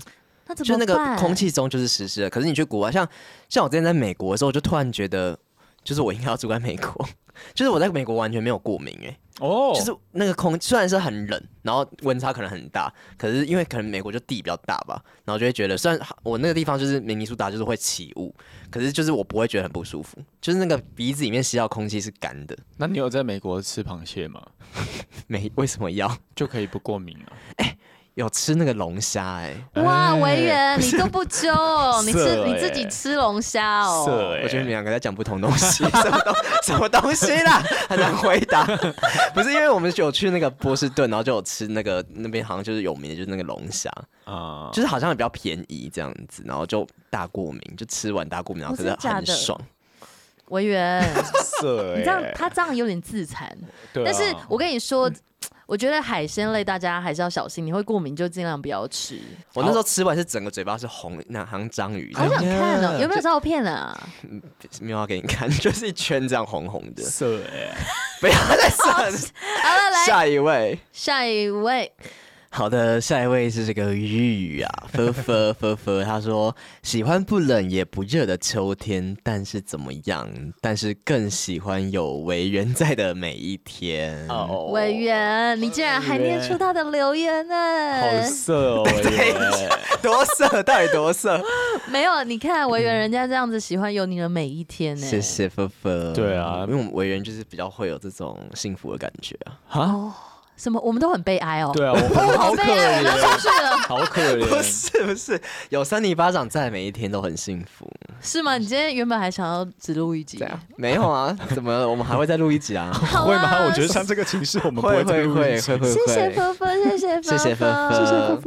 [SPEAKER 1] 那怎
[SPEAKER 3] 就
[SPEAKER 1] 么
[SPEAKER 3] 是那个
[SPEAKER 1] 办
[SPEAKER 3] 空气中就是湿湿的。可是你去国外，像像我之前在美国的时候，我就突然觉得，就是我应该要住在美国， [laughs] 就是我在美国完全没有过敏哎、
[SPEAKER 2] 哦，
[SPEAKER 3] 就是那个空虽然是很冷，然后温差可能很大，可是因为可能美国就地比较大吧，然后就会觉得，虽然我那个地方就是明尼苏达就是会起雾，可是就是我不会觉得很不舒服，就是那个鼻子里面吸到空气是干的，
[SPEAKER 2] 那你有在美国吃螃蟹吗？
[SPEAKER 3] 没为什么要 [laughs]
[SPEAKER 2] 就可以不过敏啊？
[SPEAKER 3] 有吃那个龙虾哎、
[SPEAKER 1] 哇，
[SPEAKER 2] 哎
[SPEAKER 1] 维园你都不揪，
[SPEAKER 3] [laughs]
[SPEAKER 1] 你吃
[SPEAKER 2] 色
[SPEAKER 1] 你自己
[SPEAKER 3] 哎
[SPEAKER 2] 欸
[SPEAKER 1] 吃龙虾
[SPEAKER 2] 色
[SPEAKER 1] 哦。
[SPEAKER 2] 欸
[SPEAKER 3] 我觉得你们两个在讲不同东西， [laughs] 什么东什么东西啦，很难回答。 [laughs] 不是因为我们有去那个波士顿，然后就有吃那个那边好像就是有名的就是那个龙虾，
[SPEAKER 2] 啊、
[SPEAKER 3] 就是好像也比较便宜这样子，然后就大过敏，就吃完大过敏，然后
[SPEAKER 1] 哦
[SPEAKER 3] 可
[SPEAKER 1] 真
[SPEAKER 3] 是
[SPEAKER 1] 的假
[SPEAKER 3] 很
[SPEAKER 1] 的
[SPEAKER 3] 爽。
[SPEAKER 1] 维
[SPEAKER 3] [laughs]
[SPEAKER 1] 园，
[SPEAKER 2] 色
[SPEAKER 1] 你这样他这样有点自残，
[SPEAKER 2] 对啊
[SPEAKER 1] 但是我跟你说。
[SPEAKER 3] 嗯
[SPEAKER 1] 我觉得海鲜类大家还是要小心，你会过敏就尽量不要吃。
[SPEAKER 3] 我那时候吃完是整个嘴巴是红，那好像章鱼，
[SPEAKER 1] 好想看哦，
[SPEAKER 2] 呀
[SPEAKER 1] 有没有照片啊？
[SPEAKER 3] 没有要给你看， [laughs] 就是一圈这样红红的。
[SPEAKER 2] 色哎、
[SPEAKER 3] 不要再算了，
[SPEAKER 1] 好了，哦来
[SPEAKER 3] 下一位。
[SPEAKER 1] 下一位，
[SPEAKER 3] 好的，下一位是这个玉 [laughs] 啊，呵呵呵呵，他说喜欢不冷也不热的秋天，但是怎么样？但是更喜欢有为人在的每一天。哦，
[SPEAKER 1] 委员，你竟然还念出他的留言
[SPEAKER 2] 好
[SPEAKER 1] 呢？
[SPEAKER 2] 色哦，委员。
[SPEAKER 3] 多色，到底多色？
[SPEAKER 1] 没有，你看委员人家这样子喜欢有你的每一天呢。
[SPEAKER 3] 谢谢呵呵。
[SPEAKER 2] 对啊
[SPEAKER 3] 因为我们为人就是比较会有这种幸福的感觉啊。
[SPEAKER 2] 啊，
[SPEAKER 1] 什么？我们都很悲哀哦。
[SPEAKER 2] 对啊，我
[SPEAKER 1] 我 [laughs] 们
[SPEAKER 2] 好
[SPEAKER 1] 好
[SPEAKER 2] 可
[SPEAKER 1] 悲哀，我们
[SPEAKER 2] 怜，
[SPEAKER 1] 要出去了，
[SPEAKER 2] 好可
[SPEAKER 3] [laughs] 不
[SPEAKER 2] 怜。
[SPEAKER 3] 是不是，有三尼巴掌在，每一天都很幸福。
[SPEAKER 1] 是吗？你今天原本还想要只录一集，
[SPEAKER 3] 没有 [laughs] 啊？怎么了我们还会再录一集 [laughs] 啊？
[SPEAKER 1] 好啊
[SPEAKER 2] 会吗？我觉得像这个情势，我们不
[SPEAKER 3] 会
[SPEAKER 2] 再
[SPEAKER 3] 会
[SPEAKER 2] 录
[SPEAKER 3] 会
[SPEAKER 2] 一集
[SPEAKER 3] 会会。会。
[SPEAKER 1] 谢谢芬芬，谢谢
[SPEAKER 3] 谢
[SPEAKER 1] 芬
[SPEAKER 3] 谢芬
[SPEAKER 1] 芬，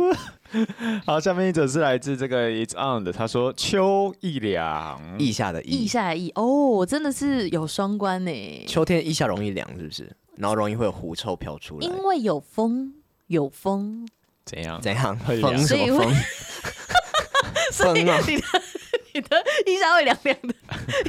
[SPEAKER 3] 芬，
[SPEAKER 2] [laughs] 好，下面一则是来自这个 It's On 的，他说秋一凉，
[SPEAKER 3] 腋下的
[SPEAKER 1] 意
[SPEAKER 3] 腋，
[SPEAKER 1] 下意哦，真的是有双关呢，
[SPEAKER 3] 秋天腋下容易凉，是不是？然后容易会有狐臭飘出来
[SPEAKER 1] 因，为有风，有风，
[SPEAKER 2] 怎样？
[SPEAKER 3] 怎样？
[SPEAKER 2] 会凉
[SPEAKER 3] 风什
[SPEAKER 1] 所以
[SPEAKER 3] 么
[SPEAKER 1] 会
[SPEAKER 3] [laughs] 风？
[SPEAKER 1] 所以
[SPEAKER 3] 风啊
[SPEAKER 1] 你的你的意下会凉凉的，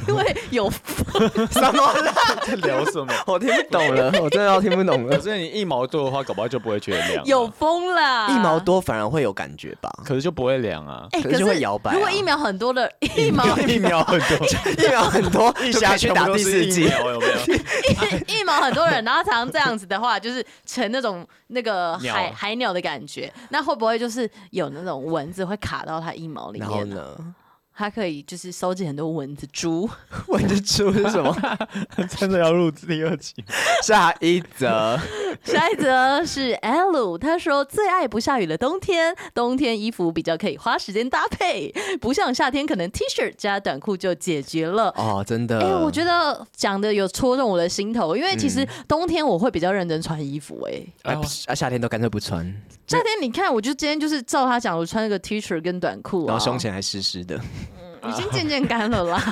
[SPEAKER 1] 因为有风
[SPEAKER 3] [laughs] 什么啦？
[SPEAKER 2] 在聊什么？
[SPEAKER 3] 我听不懂 [laughs] 了，我真的要听不懂
[SPEAKER 2] 可
[SPEAKER 3] 了。
[SPEAKER 2] 是你一毛多的话，搞不好就不会觉得凉、
[SPEAKER 1] 有，风啦，
[SPEAKER 3] 一毛，多反而会有感觉吧？ [laughs]
[SPEAKER 2] 可是就不会凉啊。
[SPEAKER 1] 哎，
[SPEAKER 3] 可
[SPEAKER 1] 可
[SPEAKER 3] 是
[SPEAKER 1] 是
[SPEAKER 3] 就会摇摆啊
[SPEAKER 1] 如果疫苗很多
[SPEAKER 3] [laughs]
[SPEAKER 1] 的疫苗
[SPEAKER 2] 一秒很多，
[SPEAKER 3] 疫苗很多，
[SPEAKER 2] 一
[SPEAKER 3] 就
[SPEAKER 2] 下
[SPEAKER 3] 可以去
[SPEAKER 2] 全部
[SPEAKER 3] 打
[SPEAKER 2] 都
[SPEAKER 3] 第
[SPEAKER 2] 是
[SPEAKER 3] 四
[SPEAKER 2] 疫
[SPEAKER 3] 剂。
[SPEAKER 2] 苗，有没有？
[SPEAKER 1] 疫疫苗很 [laughs] 多人，然后常常这样子的话，就是成那种那个
[SPEAKER 2] 鸟
[SPEAKER 1] 海海鸟的感觉。那会不会就是有那种蚊子会卡到它疫苗里
[SPEAKER 3] 然后
[SPEAKER 1] 面？
[SPEAKER 3] 呢？
[SPEAKER 1] 它可以就是收集很多蚊子珠。
[SPEAKER 3] 蚊子出是 [laughs] 什么？
[SPEAKER 2] 真的要录第二集？
[SPEAKER 3] 下一则，
[SPEAKER 1] [laughs] 下一则是 L，他说最爱不下雨的冬天，冬天衣服比较可以花时间搭配，不像夏天可能 T 恤加短裤就解决了。
[SPEAKER 3] [laughs] 哦，真的。
[SPEAKER 1] 哎、我觉得讲的有戳中我的心头，因为其实
[SPEAKER 3] 嗯
[SPEAKER 1] 冬天我会比较认真穿衣服、哎、
[SPEAKER 3] 哎不是啊，夏天都干脆不穿，
[SPEAKER 1] 夏天你看，我就今天就是照他讲，我穿了个 T 恤跟短裤、啊，
[SPEAKER 3] 然后胸前还湿湿的。
[SPEAKER 1] 已经渐渐干了
[SPEAKER 3] [laughs]
[SPEAKER 1] 啦。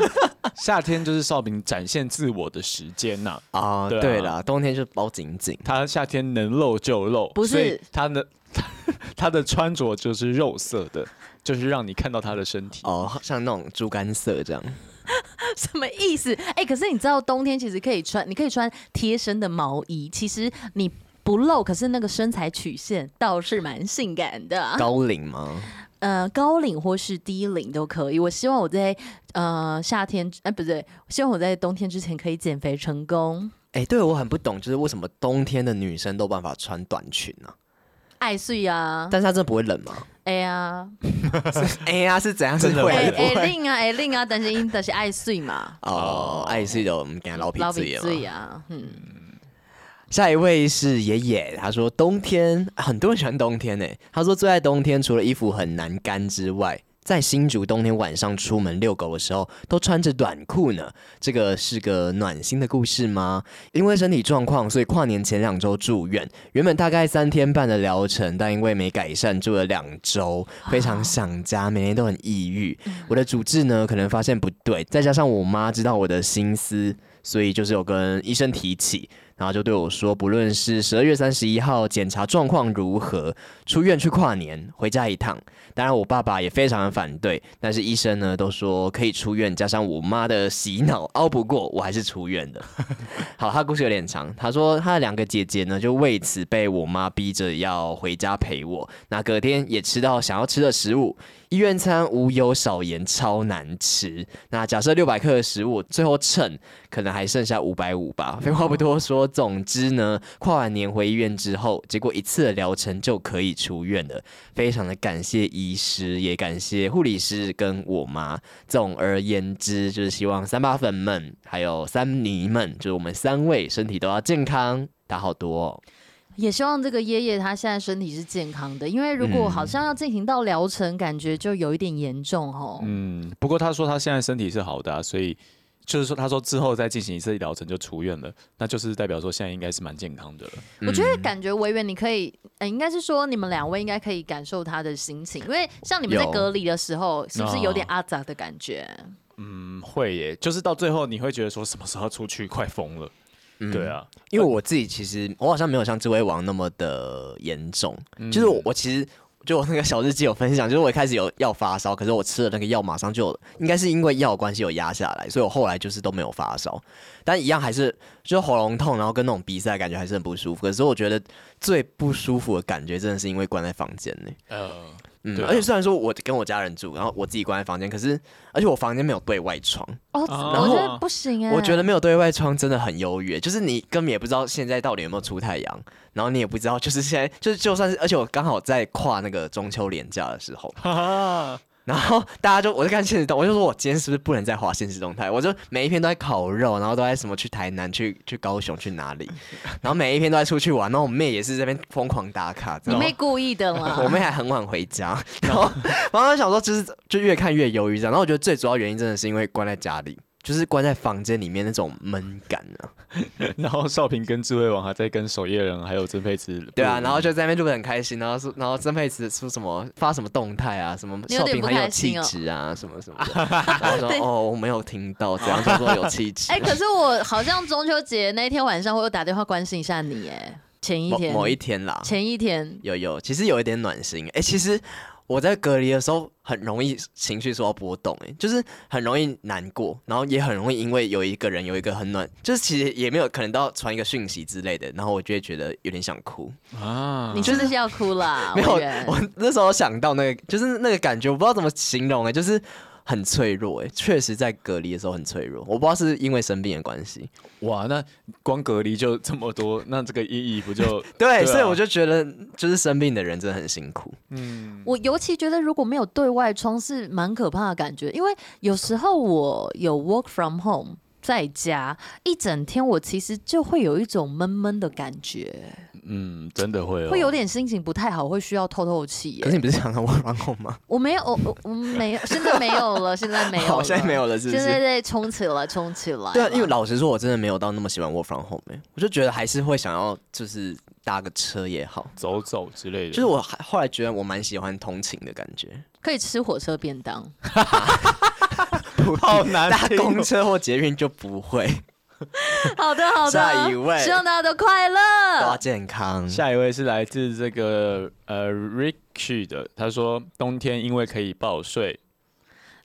[SPEAKER 2] 夏天就是少平展现自我的时间呐、
[SPEAKER 3] 啊，
[SPEAKER 2] 对啊
[SPEAKER 3] 对啦，冬天就包紧紧。
[SPEAKER 2] 他夏天能露就露，
[SPEAKER 1] 不是
[SPEAKER 2] 所以他的 [laughs] 他的穿着就是肉色的，就是让你看到他的身体。
[SPEAKER 3] 哦，像那种猪肝色这样，
[SPEAKER 1] 什么意思？哎、可是你知道冬天其实可以穿，你可以穿贴身的毛衣，其实你。不露，可是那个身材曲线倒是蛮性感的、
[SPEAKER 3] 高领吗？
[SPEAKER 1] 呃，高领或是低领都可以。我希望我在呃夏天，哎、不对，希望我在冬天之前可以减肥成功。
[SPEAKER 3] 哎、对我很不懂，就是为什么冬天的女生都有办法穿短裙呢、啊？
[SPEAKER 1] 爱睡啊，
[SPEAKER 3] 但是她真的不会冷吗？
[SPEAKER 1] 哎呀，
[SPEAKER 3] 哎呀、是怎样？是
[SPEAKER 2] 真的
[SPEAKER 3] 会还
[SPEAKER 1] 哎
[SPEAKER 3] 是
[SPEAKER 1] 哎
[SPEAKER 3] 不会？
[SPEAKER 1] 令啊，哎令啊，但是因但是爱睡嘛，
[SPEAKER 3] 哦，爱是有我们给她 [laughs] 老皮
[SPEAKER 1] 老
[SPEAKER 3] 子
[SPEAKER 1] 比
[SPEAKER 3] 眼
[SPEAKER 1] 醉
[SPEAKER 3] 嘛。
[SPEAKER 1] 啊，嗯，
[SPEAKER 3] 下一位是爷爷，他说冬天很多人喜欢冬天呢、他说最爱冬天，除了衣服很难干之外。在新竹冬天晚上出门遛狗的时候，都穿着短裤呢。这个是个暖心的故事吗？因为身体状况，所以跨年前两周住院。原本大概三天半的疗程，但因为没改善，住了两周，非常想家，每天都很抑郁。我的主治呢，可能发现不对，再加上我妈知道我的心思，所以就是有跟医生提起，然后就对我说，不论是十二月三十一号检查状况如何，出院去跨年，回家一趟。当然，我爸爸也非常的反对，但是医生呢都说可以出院，加上我妈的洗脑，拗不过，我还是出院的。好，他故事有点长。他说他的两个姐姐呢，就为此被我妈逼着要回家陪我。那隔天也吃到想要吃的食物，医院餐无油少盐，超难吃。那假设六百克的食物，最后称可能还剩下五百五吧。 [laughs] 废话不多说，总之呢，跨完年回医院之后，结果一次的疗程就可以出院了，非常的感谢医师，也感谢护理师跟我妈。总而言之，就是希望三八粉们还有三尼们，就是我们三位身体都要健康，打好多、哦。
[SPEAKER 1] 也希望这个爷爷他现在身体是健康的，因为如果
[SPEAKER 3] 嗯
[SPEAKER 1] 好像要进行到疗程，感觉就有一点严重哦。
[SPEAKER 2] 嗯，不过他说他现在身体是好的、啊，所以就是说他说之后再进行一次疗程就出院了，那就是代表说现在应该是蛮健康的了。
[SPEAKER 1] 我觉得
[SPEAKER 3] 嗯
[SPEAKER 1] 感觉维园你可以，呃，应该是说你们两位应该可以感受他的心情，因为像你们在
[SPEAKER 3] 有哦
[SPEAKER 1] 隔离的时候，是不是有点阿杂的感觉？
[SPEAKER 2] 嗯，会耶，就是到最后你会觉得说什么时候要出去快疯了。对啊，
[SPEAKER 3] 因为我自己其实我好像没有像智威王那么的严重，
[SPEAKER 2] 嗯
[SPEAKER 3] 就是我我其实就我那个小日记有分享，就是我一开始有要发烧，可是我吃了那个药马上就有应该是因为药的关系有压下来，所以我后来就是都没有发烧，但一样还是就是喉咙痛，然后跟那种鼻塞的感觉还是很不舒服。可是我觉得最不舒服的感觉真的是因为关在房间内、
[SPEAKER 2] 呃， [laughs]
[SPEAKER 3] 嗯，
[SPEAKER 2] 对啊
[SPEAKER 3] 而且虽然说我跟我家人住，然后我自己关在房间，可是而且我房间没有对外窗，
[SPEAKER 1] 哦，我
[SPEAKER 2] 然后
[SPEAKER 1] 觉得不行哎、
[SPEAKER 3] 我觉得没有对外窗真的很优越，就是你根本也不知道现在到底有没有出太阳，然后你也不知道，就是现在就是就算是，而且我刚好在跨那个中秋连假的时候，
[SPEAKER 2] 哈哈，
[SPEAKER 3] 然后大家就我就看现实动，我就说我今天是不是不能再滑现实动态？我就每一篇都在烤肉，然后都在什么去台南、去去高雄、
[SPEAKER 1] [laughs]
[SPEAKER 3] 去哪里，然后每一篇都在出去玩，然后我妹也是这边疯狂打卡，
[SPEAKER 1] 你
[SPEAKER 3] 然后
[SPEAKER 1] 妹故意的啦。
[SPEAKER 3] 我 [laughs] 妹还很晚回家，然后然后想说，就是就越看越忧郁这样。然后我觉得最主要原因真的是因为关在家里，就是关在房间里面那种闷感啊。
[SPEAKER 2] 然后少平跟智慧王还在跟守夜人还有曾佩慈，
[SPEAKER 3] 对
[SPEAKER 1] 嗯
[SPEAKER 3] 啊，然后就在那边录的很开心，然后说，然后曾佩慈说什么发什么动态啊，什么
[SPEAKER 1] 你有
[SPEAKER 3] 少
[SPEAKER 1] 点
[SPEAKER 3] 平
[SPEAKER 1] 不
[SPEAKER 3] 很有
[SPEAKER 1] 开心
[SPEAKER 3] 气
[SPEAKER 1] 哦
[SPEAKER 3] 质啊，什么
[SPEAKER 1] [laughs]
[SPEAKER 3] 什么的。然后说哦，我没有听到，怎样就说有气质
[SPEAKER 1] 哎、。可是我好像中秋节那天晚上，我有打电话关心一下你哎、前一
[SPEAKER 3] 某
[SPEAKER 1] 天
[SPEAKER 3] 某一天啦，
[SPEAKER 1] 前一天，
[SPEAKER 3] 有有，其实有一点暖心。哎、其实我在隔离的时候很容易情绪受到波动、欸，哎，就是很容易难过，然后也很容易因为有一个人有一个很暖，就是其实也没有可能到传一个讯息之类的，然后我就会觉得有点想哭。
[SPEAKER 2] 啊
[SPEAKER 1] 你是不是要哭了？
[SPEAKER 3] 嗯 [laughs] 没有，
[SPEAKER 1] 委员
[SPEAKER 3] 我那时候想到那个，就是那个感觉，我不知道怎么形容哎、欸就是很脆弱哎、欸确实在隔离的时候很脆弱，我不知道是因为生病的关系，
[SPEAKER 2] 哇，那光隔离就这么多，那这个意义不就
[SPEAKER 3] 对，
[SPEAKER 2] 啊
[SPEAKER 3] 所以我就觉得就是生病的人真的很辛苦，
[SPEAKER 2] [laughs] 嗯，
[SPEAKER 1] 我尤其觉得如果没有对外窗是蛮可怕的感觉，因为有时候我有 work from home。在家一整天，我其实就会有一种闷闷的感觉，
[SPEAKER 2] 嗯，真的会、哦，
[SPEAKER 1] 会有点心情不太好，会需要透透气耶
[SPEAKER 3] 可。是你不是想到我软控吗？
[SPEAKER 1] 我没有，我我我没有，现在没有了，现在没有
[SPEAKER 3] [laughs] 好
[SPEAKER 1] 了，
[SPEAKER 3] 现在没有了是不
[SPEAKER 1] 现在
[SPEAKER 3] 是？
[SPEAKER 1] 在冲起来，冲起来。
[SPEAKER 3] 对啊，因为老实说，我真的没有到那么喜欢 work from home，、欸、我就觉得还是会想要就是搭个车也好，
[SPEAKER 2] 走走之类的，
[SPEAKER 3] 就是我还后来觉得我蛮喜欢通勤的感觉，
[SPEAKER 1] 可以吃火车便
[SPEAKER 3] [laughs]
[SPEAKER 1] 当，
[SPEAKER 2] [laughs] 好
[SPEAKER 1] 哎
[SPEAKER 2] 难
[SPEAKER 3] 搭
[SPEAKER 2] 听哦
[SPEAKER 3] 公车或捷运就不会，
[SPEAKER 1] 好的好的。
[SPEAKER 3] 下一位
[SPEAKER 1] 希望大家都快
[SPEAKER 3] 都要
[SPEAKER 1] 乐。
[SPEAKER 3] 健康。
[SPEAKER 2] 下一位是来自这个呃 Ricky 的，他说冬天因为可以报税，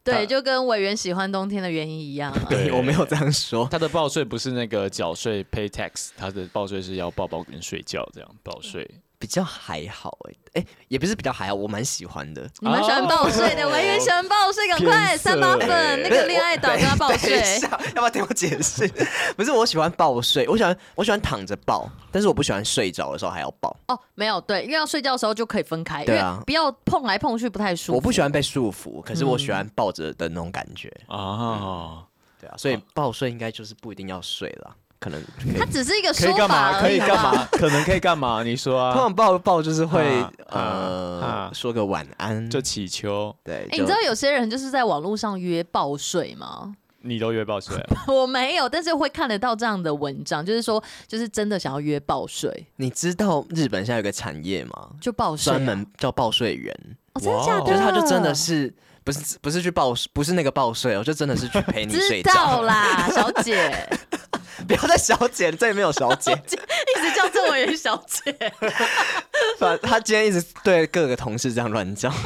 [SPEAKER 1] 对，就跟委员喜欢冬天的原因一样啊。
[SPEAKER 2] 对
[SPEAKER 3] 哎我没有这样说，
[SPEAKER 2] 他的报税不是那个缴税 pay tax，他的报税是要抱抱跟睡觉这样报税。
[SPEAKER 3] 比较还好哎、欸，哎、也不是比较还好，我蛮喜欢的。
[SPEAKER 1] 你们喜欢报税的，
[SPEAKER 2] 哦
[SPEAKER 1] 委员喜欢报税，赶快
[SPEAKER 2] 偏色
[SPEAKER 1] 三八粉那个恋爱岛跟他报
[SPEAKER 3] 等
[SPEAKER 1] 税
[SPEAKER 3] 一。下要不要听我解释？ [laughs] 不是，我喜欢抱睡，我喜欢我喜欢躺着抱，但是我不喜欢睡着的时候还要抱，
[SPEAKER 1] 哦，没有，对，因为要睡觉的时候就可以分开，因
[SPEAKER 3] 对
[SPEAKER 1] 为
[SPEAKER 3] 啊
[SPEAKER 1] 不要碰来碰去不太舒服。
[SPEAKER 3] 我不喜欢被束缚，可是我喜
[SPEAKER 1] 嗯
[SPEAKER 3] 欢抱着的那种感觉。
[SPEAKER 2] 啊，
[SPEAKER 3] 对啊，所以报税应该就是不一定要睡了，可能可以
[SPEAKER 1] 它只是一个
[SPEAKER 2] 啊可以
[SPEAKER 1] 说
[SPEAKER 2] 干
[SPEAKER 1] 法
[SPEAKER 2] 嘛？
[SPEAKER 1] 而
[SPEAKER 2] 可
[SPEAKER 1] 已啊
[SPEAKER 2] 以
[SPEAKER 1] 好
[SPEAKER 2] 干
[SPEAKER 1] 不好
[SPEAKER 2] 嘛？可能可以干嘛？你说
[SPEAKER 3] 通
[SPEAKER 2] [laughs] 啊，
[SPEAKER 3] 常抱抱就是会
[SPEAKER 2] 啊啊
[SPEAKER 3] 呃
[SPEAKER 2] 啊
[SPEAKER 3] 说个晚安，
[SPEAKER 2] 就祈求
[SPEAKER 3] 对，
[SPEAKER 1] 哎、
[SPEAKER 3] 就
[SPEAKER 1] 你知道有些人就是在网络上约报税吗？ [laughs]
[SPEAKER 2] 你都约报税啊，
[SPEAKER 1] 我没有，但是会看得到这样的文章，就是说，就是真的想要约报税，
[SPEAKER 3] 你知道日本现在有个产业吗？
[SPEAKER 1] 就报税啊、
[SPEAKER 3] 专门叫报税员，
[SPEAKER 1] 哦，真的假的？
[SPEAKER 3] 就是他就真的是不是不是去报不是那个报税哦，就真的是去陪你
[SPEAKER 1] 知
[SPEAKER 3] 睡
[SPEAKER 1] 道
[SPEAKER 3] 觉。
[SPEAKER 1] 啦，小姐，
[SPEAKER 3] [laughs]
[SPEAKER 1] [laughs]
[SPEAKER 3] 不要再小姐，这里没有小姐，
[SPEAKER 1] 一直叫郑委员小姐。
[SPEAKER 3] 反 [laughs] 他今天一直对各个同事这样乱叫。 [laughs]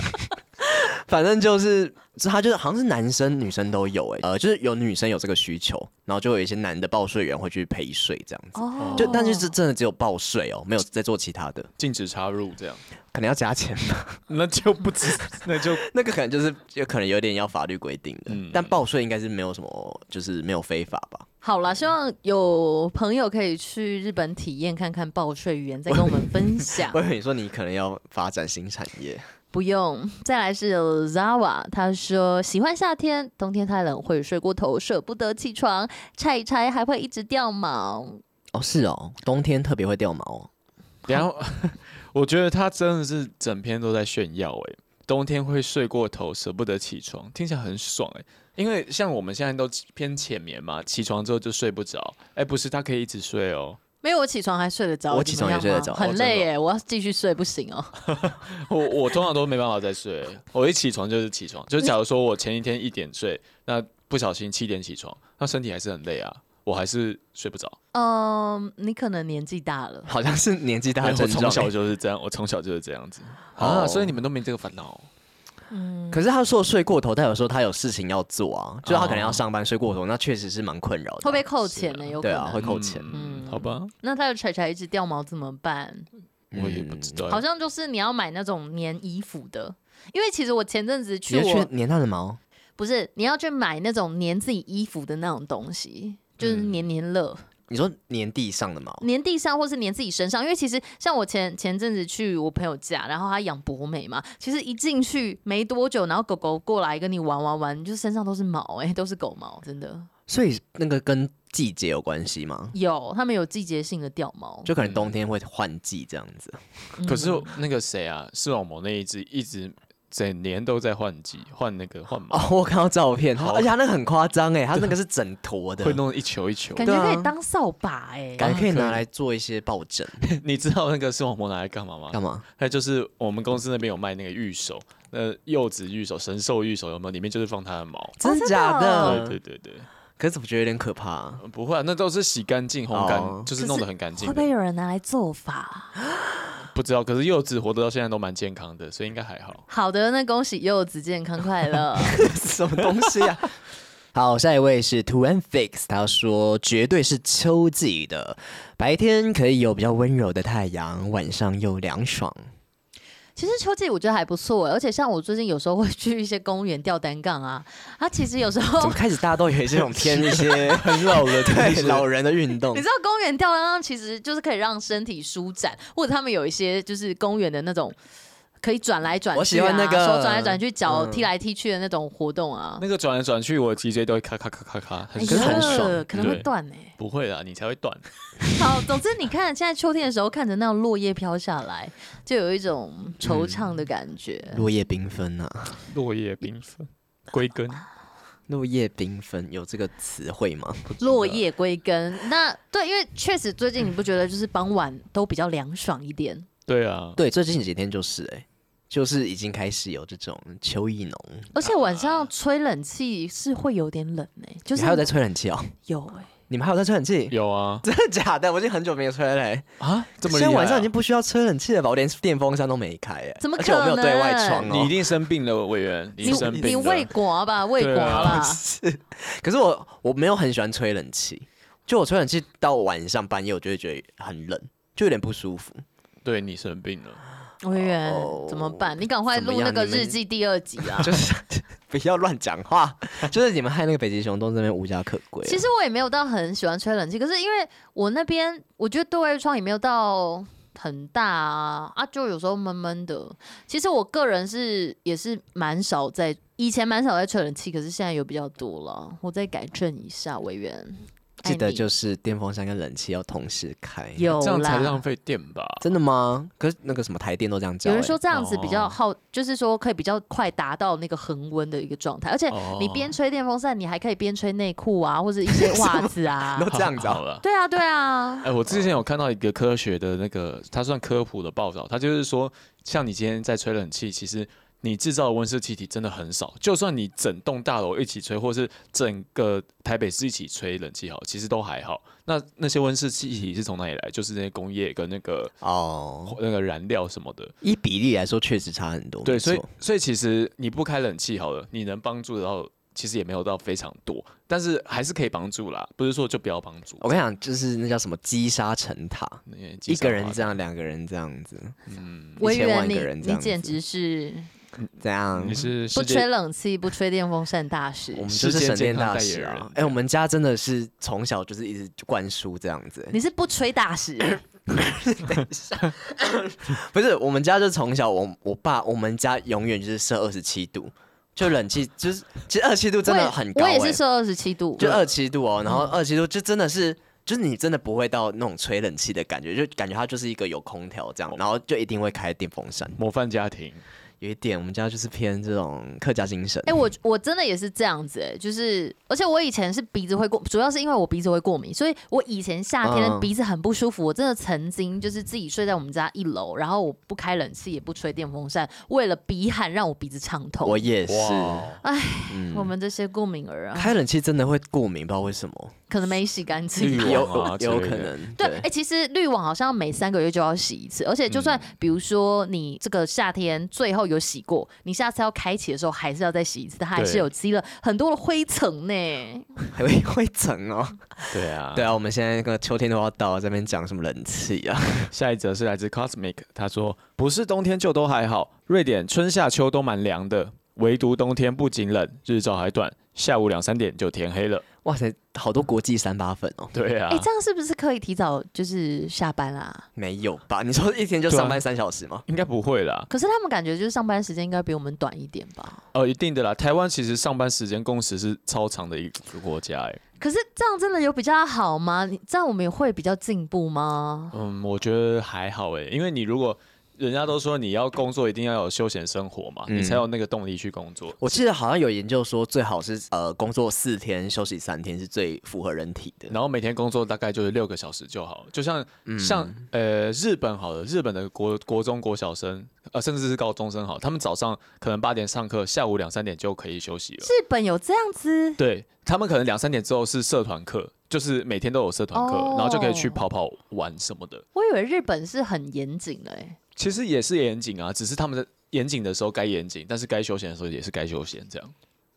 [SPEAKER 3] 反正就是，他就是好像是男生女生都有哎、呃，就是有女生有这个需求，然后就有一些男的报税员会去陪睡这样子，
[SPEAKER 1] 哦
[SPEAKER 3] 就但是是真的只有报税哦，没有在做其他的，
[SPEAKER 2] 禁止插入这样，
[SPEAKER 3] 可能要加钱 [laughs] 吧，
[SPEAKER 2] 那就不止，那就
[SPEAKER 3] 那个可能就是有可能有点要法律规定的，
[SPEAKER 2] 嗯
[SPEAKER 3] 但报税应该是没有什么，就是没有非法吧，
[SPEAKER 1] 好啦，希望有朋友可以去日本体验看看报税员，再跟我们分
[SPEAKER 3] [laughs]
[SPEAKER 1] 享
[SPEAKER 3] 我。以为你说你可能要发展新产业，
[SPEAKER 1] 不用，再来是 Zawa，他说喜欢夏天，冬天太冷会睡过头，舍不得起床，拆一拆还会一直掉毛。
[SPEAKER 3] 哦是哦，冬天特别会掉毛哦，
[SPEAKER 2] [laughs] 然后我觉得他真的是整篇都在炫耀哎、冬天会睡过头，舍不得起床，听起来很爽哎、因为像我们现在都偏浅眠嘛，起床之后就睡不着。哎、不是，他可以一直睡哦。
[SPEAKER 1] 没有，我起床还睡得着，
[SPEAKER 3] 我起床也
[SPEAKER 1] 怎么样
[SPEAKER 3] 睡得着
[SPEAKER 1] 吗很
[SPEAKER 3] 哦
[SPEAKER 1] 累耶，我要继续睡不行哦。
[SPEAKER 2] 我我通常都没办法再睡，欸我一起床就是起床。就假如说我前一天一点睡，那不小心七点起床，那身体还是很累啊，我还是睡不着。
[SPEAKER 1] 嗯，你可能年纪大了，
[SPEAKER 3] 好像是年纪大
[SPEAKER 2] 哎
[SPEAKER 3] 的
[SPEAKER 2] 我
[SPEAKER 3] 症
[SPEAKER 2] 从
[SPEAKER 3] 状
[SPEAKER 2] 小就是这样，我从小就是这样子
[SPEAKER 3] 欸哦
[SPEAKER 2] 啊，所以你们都没这个烦恼。哦
[SPEAKER 1] 嗯
[SPEAKER 3] 可是他说睡过头，代表说他有事情要做啊，就是他可能要
[SPEAKER 2] 哦
[SPEAKER 3] 上班睡过头，那确实是蛮困扰的啊。
[SPEAKER 1] 会被扣钱呢、有可
[SPEAKER 3] 对
[SPEAKER 1] 能。
[SPEAKER 3] 啊，会扣钱。
[SPEAKER 2] 嗯，好吧，
[SPEAKER 1] 那他的柴柴一直掉毛怎么办？
[SPEAKER 2] 我也不知
[SPEAKER 3] 呃
[SPEAKER 2] 道。
[SPEAKER 1] 好像就是你要买那种粘衣服的，因为其实我前阵子去
[SPEAKER 3] 你就
[SPEAKER 1] 我
[SPEAKER 3] 去粘他的毛，
[SPEAKER 1] 不是你要去买那种粘自己衣服的那种东西，就是粘粘乐。
[SPEAKER 3] 你说粘地上的毛，
[SPEAKER 1] 粘地上或是粘自己身上，因为其实像我前前阵子去我朋友家，然后他养博美嘛，其实一进去没多久，然后狗狗过来跟你玩玩玩，就身上都是毛、哎，都是狗毛，真的
[SPEAKER 3] 所以那个跟季节有关系吗？
[SPEAKER 1] 有，它们有季节性的掉毛，嗯
[SPEAKER 3] 就可能冬天会换季这样子。
[SPEAKER 2] 可是那个谁啊，视网膜那一只一直整年都在换季，换那个换毛，
[SPEAKER 3] 哦，我看到照片，
[SPEAKER 2] 好
[SPEAKER 3] 而且他那个很夸张哎，他那个是整坨的
[SPEAKER 2] 会，弄一球一球。
[SPEAKER 1] 感
[SPEAKER 3] 对
[SPEAKER 1] 觉
[SPEAKER 3] 啊
[SPEAKER 1] 可以当扫把、哎、
[SPEAKER 3] 感觉可以
[SPEAKER 2] 可
[SPEAKER 3] 拿
[SPEAKER 2] 以
[SPEAKER 3] 来做一些抱枕，
[SPEAKER 2] 你知道那个视网膜拿来干嘛吗？
[SPEAKER 3] [laughs] 干嘛？
[SPEAKER 2] 那就是我们公司那边有卖那个玉手，呃，柚子玉手、神兽玉手有没有？里面就是放它的毛。
[SPEAKER 3] 真的假
[SPEAKER 1] 哦
[SPEAKER 2] 对对对对，
[SPEAKER 3] 可是怎么觉得有点可怕啊？
[SPEAKER 2] 呃不会、啊，那都是洗干净、烘干，
[SPEAKER 3] 哦
[SPEAKER 2] 就是
[SPEAKER 1] 可
[SPEAKER 2] 弄
[SPEAKER 1] 是
[SPEAKER 2] 得很干净
[SPEAKER 1] 会不
[SPEAKER 2] 的。
[SPEAKER 1] 会有人拿来做法？
[SPEAKER 2] 不知道，可是柚子活得到现在都蛮健康的，所以应该还好。
[SPEAKER 1] 好的，那恭喜柚子健康快乐。
[SPEAKER 3] 什么东西啊？ [laughs] 好，下一位是 To and Fix，他说绝对是秋季的，白天可以有比较温柔的太阳，晚上又凉爽。
[SPEAKER 1] 其实秋季我觉得还不错欸，而且像我最近有时候会去一些公园吊单杠啊，啊，其实有时
[SPEAKER 3] 怎
[SPEAKER 1] 候
[SPEAKER 3] 么开始大家都有这种偏一 [laughs] 些
[SPEAKER 2] 很老了，
[SPEAKER 3] 对哦老人的运动
[SPEAKER 1] [laughs] 你知？道公园吊单杠其实就是可以让身体舒展，或者他们有一些就是公园的那种可以转来转去、啊，
[SPEAKER 3] 我喜欢那个
[SPEAKER 1] 手转来转去、脚
[SPEAKER 3] 嗯
[SPEAKER 1] 踢来踢去的那种活动啊，
[SPEAKER 2] 那个转来转去，我的脊椎都会咔咔咔咔咔，很
[SPEAKER 3] 可是
[SPEAKER 1] 哎
[SPEAKER 3] 很
[SPEAKER 1] 呀
[SPEAKER 3] 爽
[SPEAKER 1] 可能会
[SPEAKER 2] 对
[SPEAKER 1] 断哎、
[SPEAKER 2] 不会啦，你才会断。
[SPEAKER 1] 好，总之你看现在秋天的时候，看着那种落叶飘下来，就有一种惆怅的感觉。
[SPEAKER 3] 落叶缤纷啊，
[SPEAKER 2] 落叶缤纷，归根
[SPEAKER 3] 落叶缤纷有这个词汇吗？
[SPEAKER 1] 落叶归根，那对，因为确实最近你不觉得就是傍晚都比较凉爽一点，
[SPEAKER 2] 对啊，
[SPEAKER 3] 对，最近几天就是哎、就是已经开始有这种秋意浓，
[SPEAKER 1] 而且晚上吹冷气是会有点冷诶、就
[SPEAKER 3] 你
[SPEAKER 1] 是
[SPEAKER 3] 还有在吹冷气哦？
[SPEAKER 1] 有欸诶、
[SPEAKER 3] 你们还有在吹冷气？
[SPEAKER 2] 有啊
[SPEAKER 3] [laughs] 真的假的？我已经很久没有吹了、欸。
[SPEAKER 2] 啊，这么厉害啊、
[SPEAKER 3] 现在晚上已经不需要吹冷气了吧？我连电风扇都没开哎、
[SPEAKER 1] 怎么
[SPEAKER 3] 而且我没有
[SPEAKER 1] 可能
[SPEAKER 3] 对外窗
[SPEAKER 2] 你
[SPEAKER 3] 哦、
[SPEAKER 2] 一定生病了，委员，你
[SPEAKER 1] 你
[SPEAKER 2] 生病了
[SPEAKER 1] 你胃刮吧，胃刮
[SPEAKER 2] 对啊 [laughs]
[SPEAKER 1] 吧，
[SPEAKER 3] 可是我我没有很喜欢吹冷气，就我吹冷气到晚上半夜，我就会觉得很冷，就有点不舒服。
[SPEAKER 2] 对你生病了，
[SPEAKER 1] 委员
[SPEAKER 3] 哦
[SPEAKER 1] 怎么办？你赶快
[SPEAKER 3] 怎么
[SPEAKER 1] 录
[SPEAKER 3] 样
[SPEAKER 1] 那个
[SPEAKER 3] 你们
[SPEAKER 1] 日记第二集啊！
[SPEAKER 3] [laughs] 就是不要乱讲话，就是你们害那个北极熊都这边无家可归了。
[SPEAKER 1] 其实我也没有到很喜欢吹冷气，可是因为我那边我觉得对外窗也没有到很大啊，啊，就有时候闷闷的。其实我个人是也是蛮少在以前蛮少在吹冷气，可是现在有比较多了，我再改正一下，委员。
[SPEAKER 3] 记
[SPEAKER 1] 爱
[SPEAKER 3] 得
[SPEAKER 1] 哎你
[SPEAKER 3] 就是电风扇跟冷气要同时开。
[SPEAKER 1] 有
[SPEAKER 2] 这样才
[SPEAKER 1] 啦
[SPEAKER 2] 浪。费电吧？
[SPEAKER 3] 真的吗？可是那个什么台电都这样教、
[SPEAKER 1] 有
[SPEAKER 3] 欸。
[SPEAKER 1] 人说这样子比较
[SPEAKER 2] 哦
[SPEAKER 1] 好，就是说可以比较快达到那个恒温的一个状态，而且
[SPEAKER 2] 哦
[SPEAKER 1] 你
[SPEAKER 2] [laughs]
[SPEAKER 1] 边吹电风扇，你还可以边吹内裤啊，或者一
[SPEAKER 3] [laughs]
[SPEAKER 1] 些袜子啊
[SPEAKER 3] 都。这样子
[SPEAKER 2] 好
[SPEAKER 3] 啊，
[SPEAKER 2] 了。
[SPEAKER 1] 对啊，对
[SPEAKER 3] [laughs]
[SPEAKER 1] 啊，
[SPEAKER 2] 哎，我之前有看到一个科学的那个，它算科普的报道，它就是说，像你今天在吹冷气，其实你制造的温室气体真的很少。就算你整栋大楼一起吹，或是整个台北市一起吹冷气，好，其实都还好。那那些温室气体是从哪里来？就是那些工业跟那个
[SPEAKER 3] 哦，
[SPEAKER 2] 那个燃料什么的。
[SPEAKER 3] 以比例来说确实差很多。
[SPEAKER 2] 对，
[SPEAKER 3] 没
[SPEAKER 2] 所以
[SPEAKER 3] 错
[SPEAKER 2] 所以其实你不开冷气好了，你能帮助得到。其实也没有到非常多，但是还是可以帮助啦，不是说就不要帮助。
[SPEAKER 3] 我跟你讲，就是那叫什么积沙成塔，
[SPEAKER 2] 你记
[SPEAKER 3] 一
[SPEAKER 2] 上
[SPEAKER 3] 个
[SPEAKER 2] 话
[SPEAKER 3] 人这样，两个人这样子，
[SPEAKER 2] 嗯，
[SPEAKER 1] 委
[SPEAKER 3] 1000
[SPEAKER 1] 员
[SPEAKER 3] 万
[SPEAKER 1] 你
[SPEAKER 3] 个人这
[SPEAKER 1] 你
[SPEAKER 3] 样子
[SPEAKER 1] 简直是
[SPEAKER 3] 怎样
[SPEAKER 2] 你？是
[SPEAKER 1] 不
[SPEAKER 2] 世界
[SPEAKER 1] 吹冷气，不吹电风扇大使
[SPEAKER 3] 我。们就
[SPEAKER 2] 世
[SPEAKER 3] 是
[SPEAKER 2] 界
[SPEAKER 3] 省
[SPEAKER 2] 健
[SPEAKER 3] 电
[SPEAKER 2] 康
[SPEAKER 3] 大
[SPEAKER 2] 代
[SPEAKER 3] 使
[SPEAKER 2] 言人
[SPEAKER 3] 啊！哎、我们家真的是从小就是一直灌输这样子、
[SPEAKER 1] 你是不吹大
[SPEAKER 3] [coughs]
[SPEAKER 1] 使，
[SPEAKER 3] 不是我们家就从小我我爸我们家永远就是设二十七度，就冷气就是其实二十七度真
[SPEAKER 1] 我
[SPEAKER 3] 的
[SPEAKER 1] 也
[SPEAKER 3] 很高、
[SPEAKER 1] 我
[SPEAKER 3] 欸，
[SPEAKER 1] 也是设二十七度，
[SPEAKER 3] 就二七度哦，然后二七度就真的是，就是你真的不会到那种吹冷气的感觉，就感觉它就是一个有空调这样，然后就一定会开电风扇。
[SPEAKER 2] 模范家庭，
[SPEAKER 3] 有一点，我们家就是偏这种客家精神
[SPEAKER 1] 哎、。我我真的也是这样子、哎，就是，而且我以前是鼻子会过，主要是因为我鼻子会过敏，所以我以前夏天的
[SPEAKER 3] 嗯
[SPEAKER 1] 鼻子很不舒服。我真的曾经就是自己睡在我们家一楼，然后我不开冷气，也不吹电风扇，为了鼻汗让我鼻子畅通。
[SPEAKER 3] 我
[SPEAKER 1] 我
[SPEAKER 3] 也是，
[SPEAKER 2] 哦
[SPEAKER 1] 啊我们这些过敏儿啊，
[SPEAKER 3] 开冷气真的会过敏，不知道为什么，
[SPEAKER 1] 可能没洗干
[SPEAKER 2] 绿
[SPEAKER 1] 净吧。
[SPEAKER 2] 网
[SPEAKER 3] 有
[SPEAKER 2] 啊之类
[SPEAKER 3] 有
[SPEAKER 2] 的
[SPEAKER 3] 可能
[SPEAKER 1] 对，哎、其实滤网好像每三个月就要洗一次，而且就算比如说你这个夏天最后有洗过，你下次要开启的时候还是要再洗一次，它还是
[SPEAKER 2] 对
[SPEAKER 1] 有积了很多的灰尘呢、
[SPEAKER 3] 还会 [laughs] 会整哦。
[SPEAKER 2] 对啊，
[SPEAKER 3] 对啊，我们现在那个秋天都要到了，这边讲什么冷气啊？
[SPEAKER 2] 下一则是来自 Cosmic，他说不是冬天就都还好，瑞典春夏秋都蛮凉的，唯独冬天不仅冷，日照还短，下午两三点就天黑了。
[SPEAKER 3] [laughs] 哇塞，好多国际三八粉哦。
[SPEAKER 2] 对啊
[SPEAKER 1] 哎、，这样是不是可以提早就是下班啊啦、
[SPEAKER 3] 没有吧？你说一天就
[SPEAKER 2] 对啊
[SPEAKER 3] 上班三小时吗？
[SPEAKER 2] 应该不会啦，
[SPEAKER 1] 可是他们感觉就是上班时间应该比我们短一点吧？
[SPEAKER 2] 呃，一定的啦。台湾其实上班时间工时是超长的一个国家、哎，
[SPEAKER 1] 可是这样真的有比较好吗？你这样我们也会比较进步吗？
[SPEAKER 2] 嗯，我觉得还好哎、因为你如果人家都说你要工作一定要有休闲生活嘛，
[SPEAKER 3] 嗯
[SPEAKER 2] 你才有那个动力去工作。
[SPEAKER 3] 我记得好像有研究说，最好是呃工作四天休息三天是最符合人体的。
[SPEAKER 2] 然后每天工作大概就是六个小时就好，就像、
[SPEAKER 3] 嗯
[SPEAKER 2] 像呃日本好了，日本的国国中国小生呃甚至是高中生好，他们早上可能八点上课，下午两三点就可以休息了。
[SPEAKER 1] 日本有这样子？
[SPEAKER 2] 对他们可能两三点之后是社团课，就是每天都有社团课，然后就可以去
[SPEAKER 1] 哦
[SPEAKER 2] 跑跑玩什么的。
[SPEAKER 1] 我以为日本是很严谨的、欸，
[SPEAKER 2] 其实也是严谨啊，只是他们在严谨的时候该严谨，但是该休闲的时候也是该休闲，这样。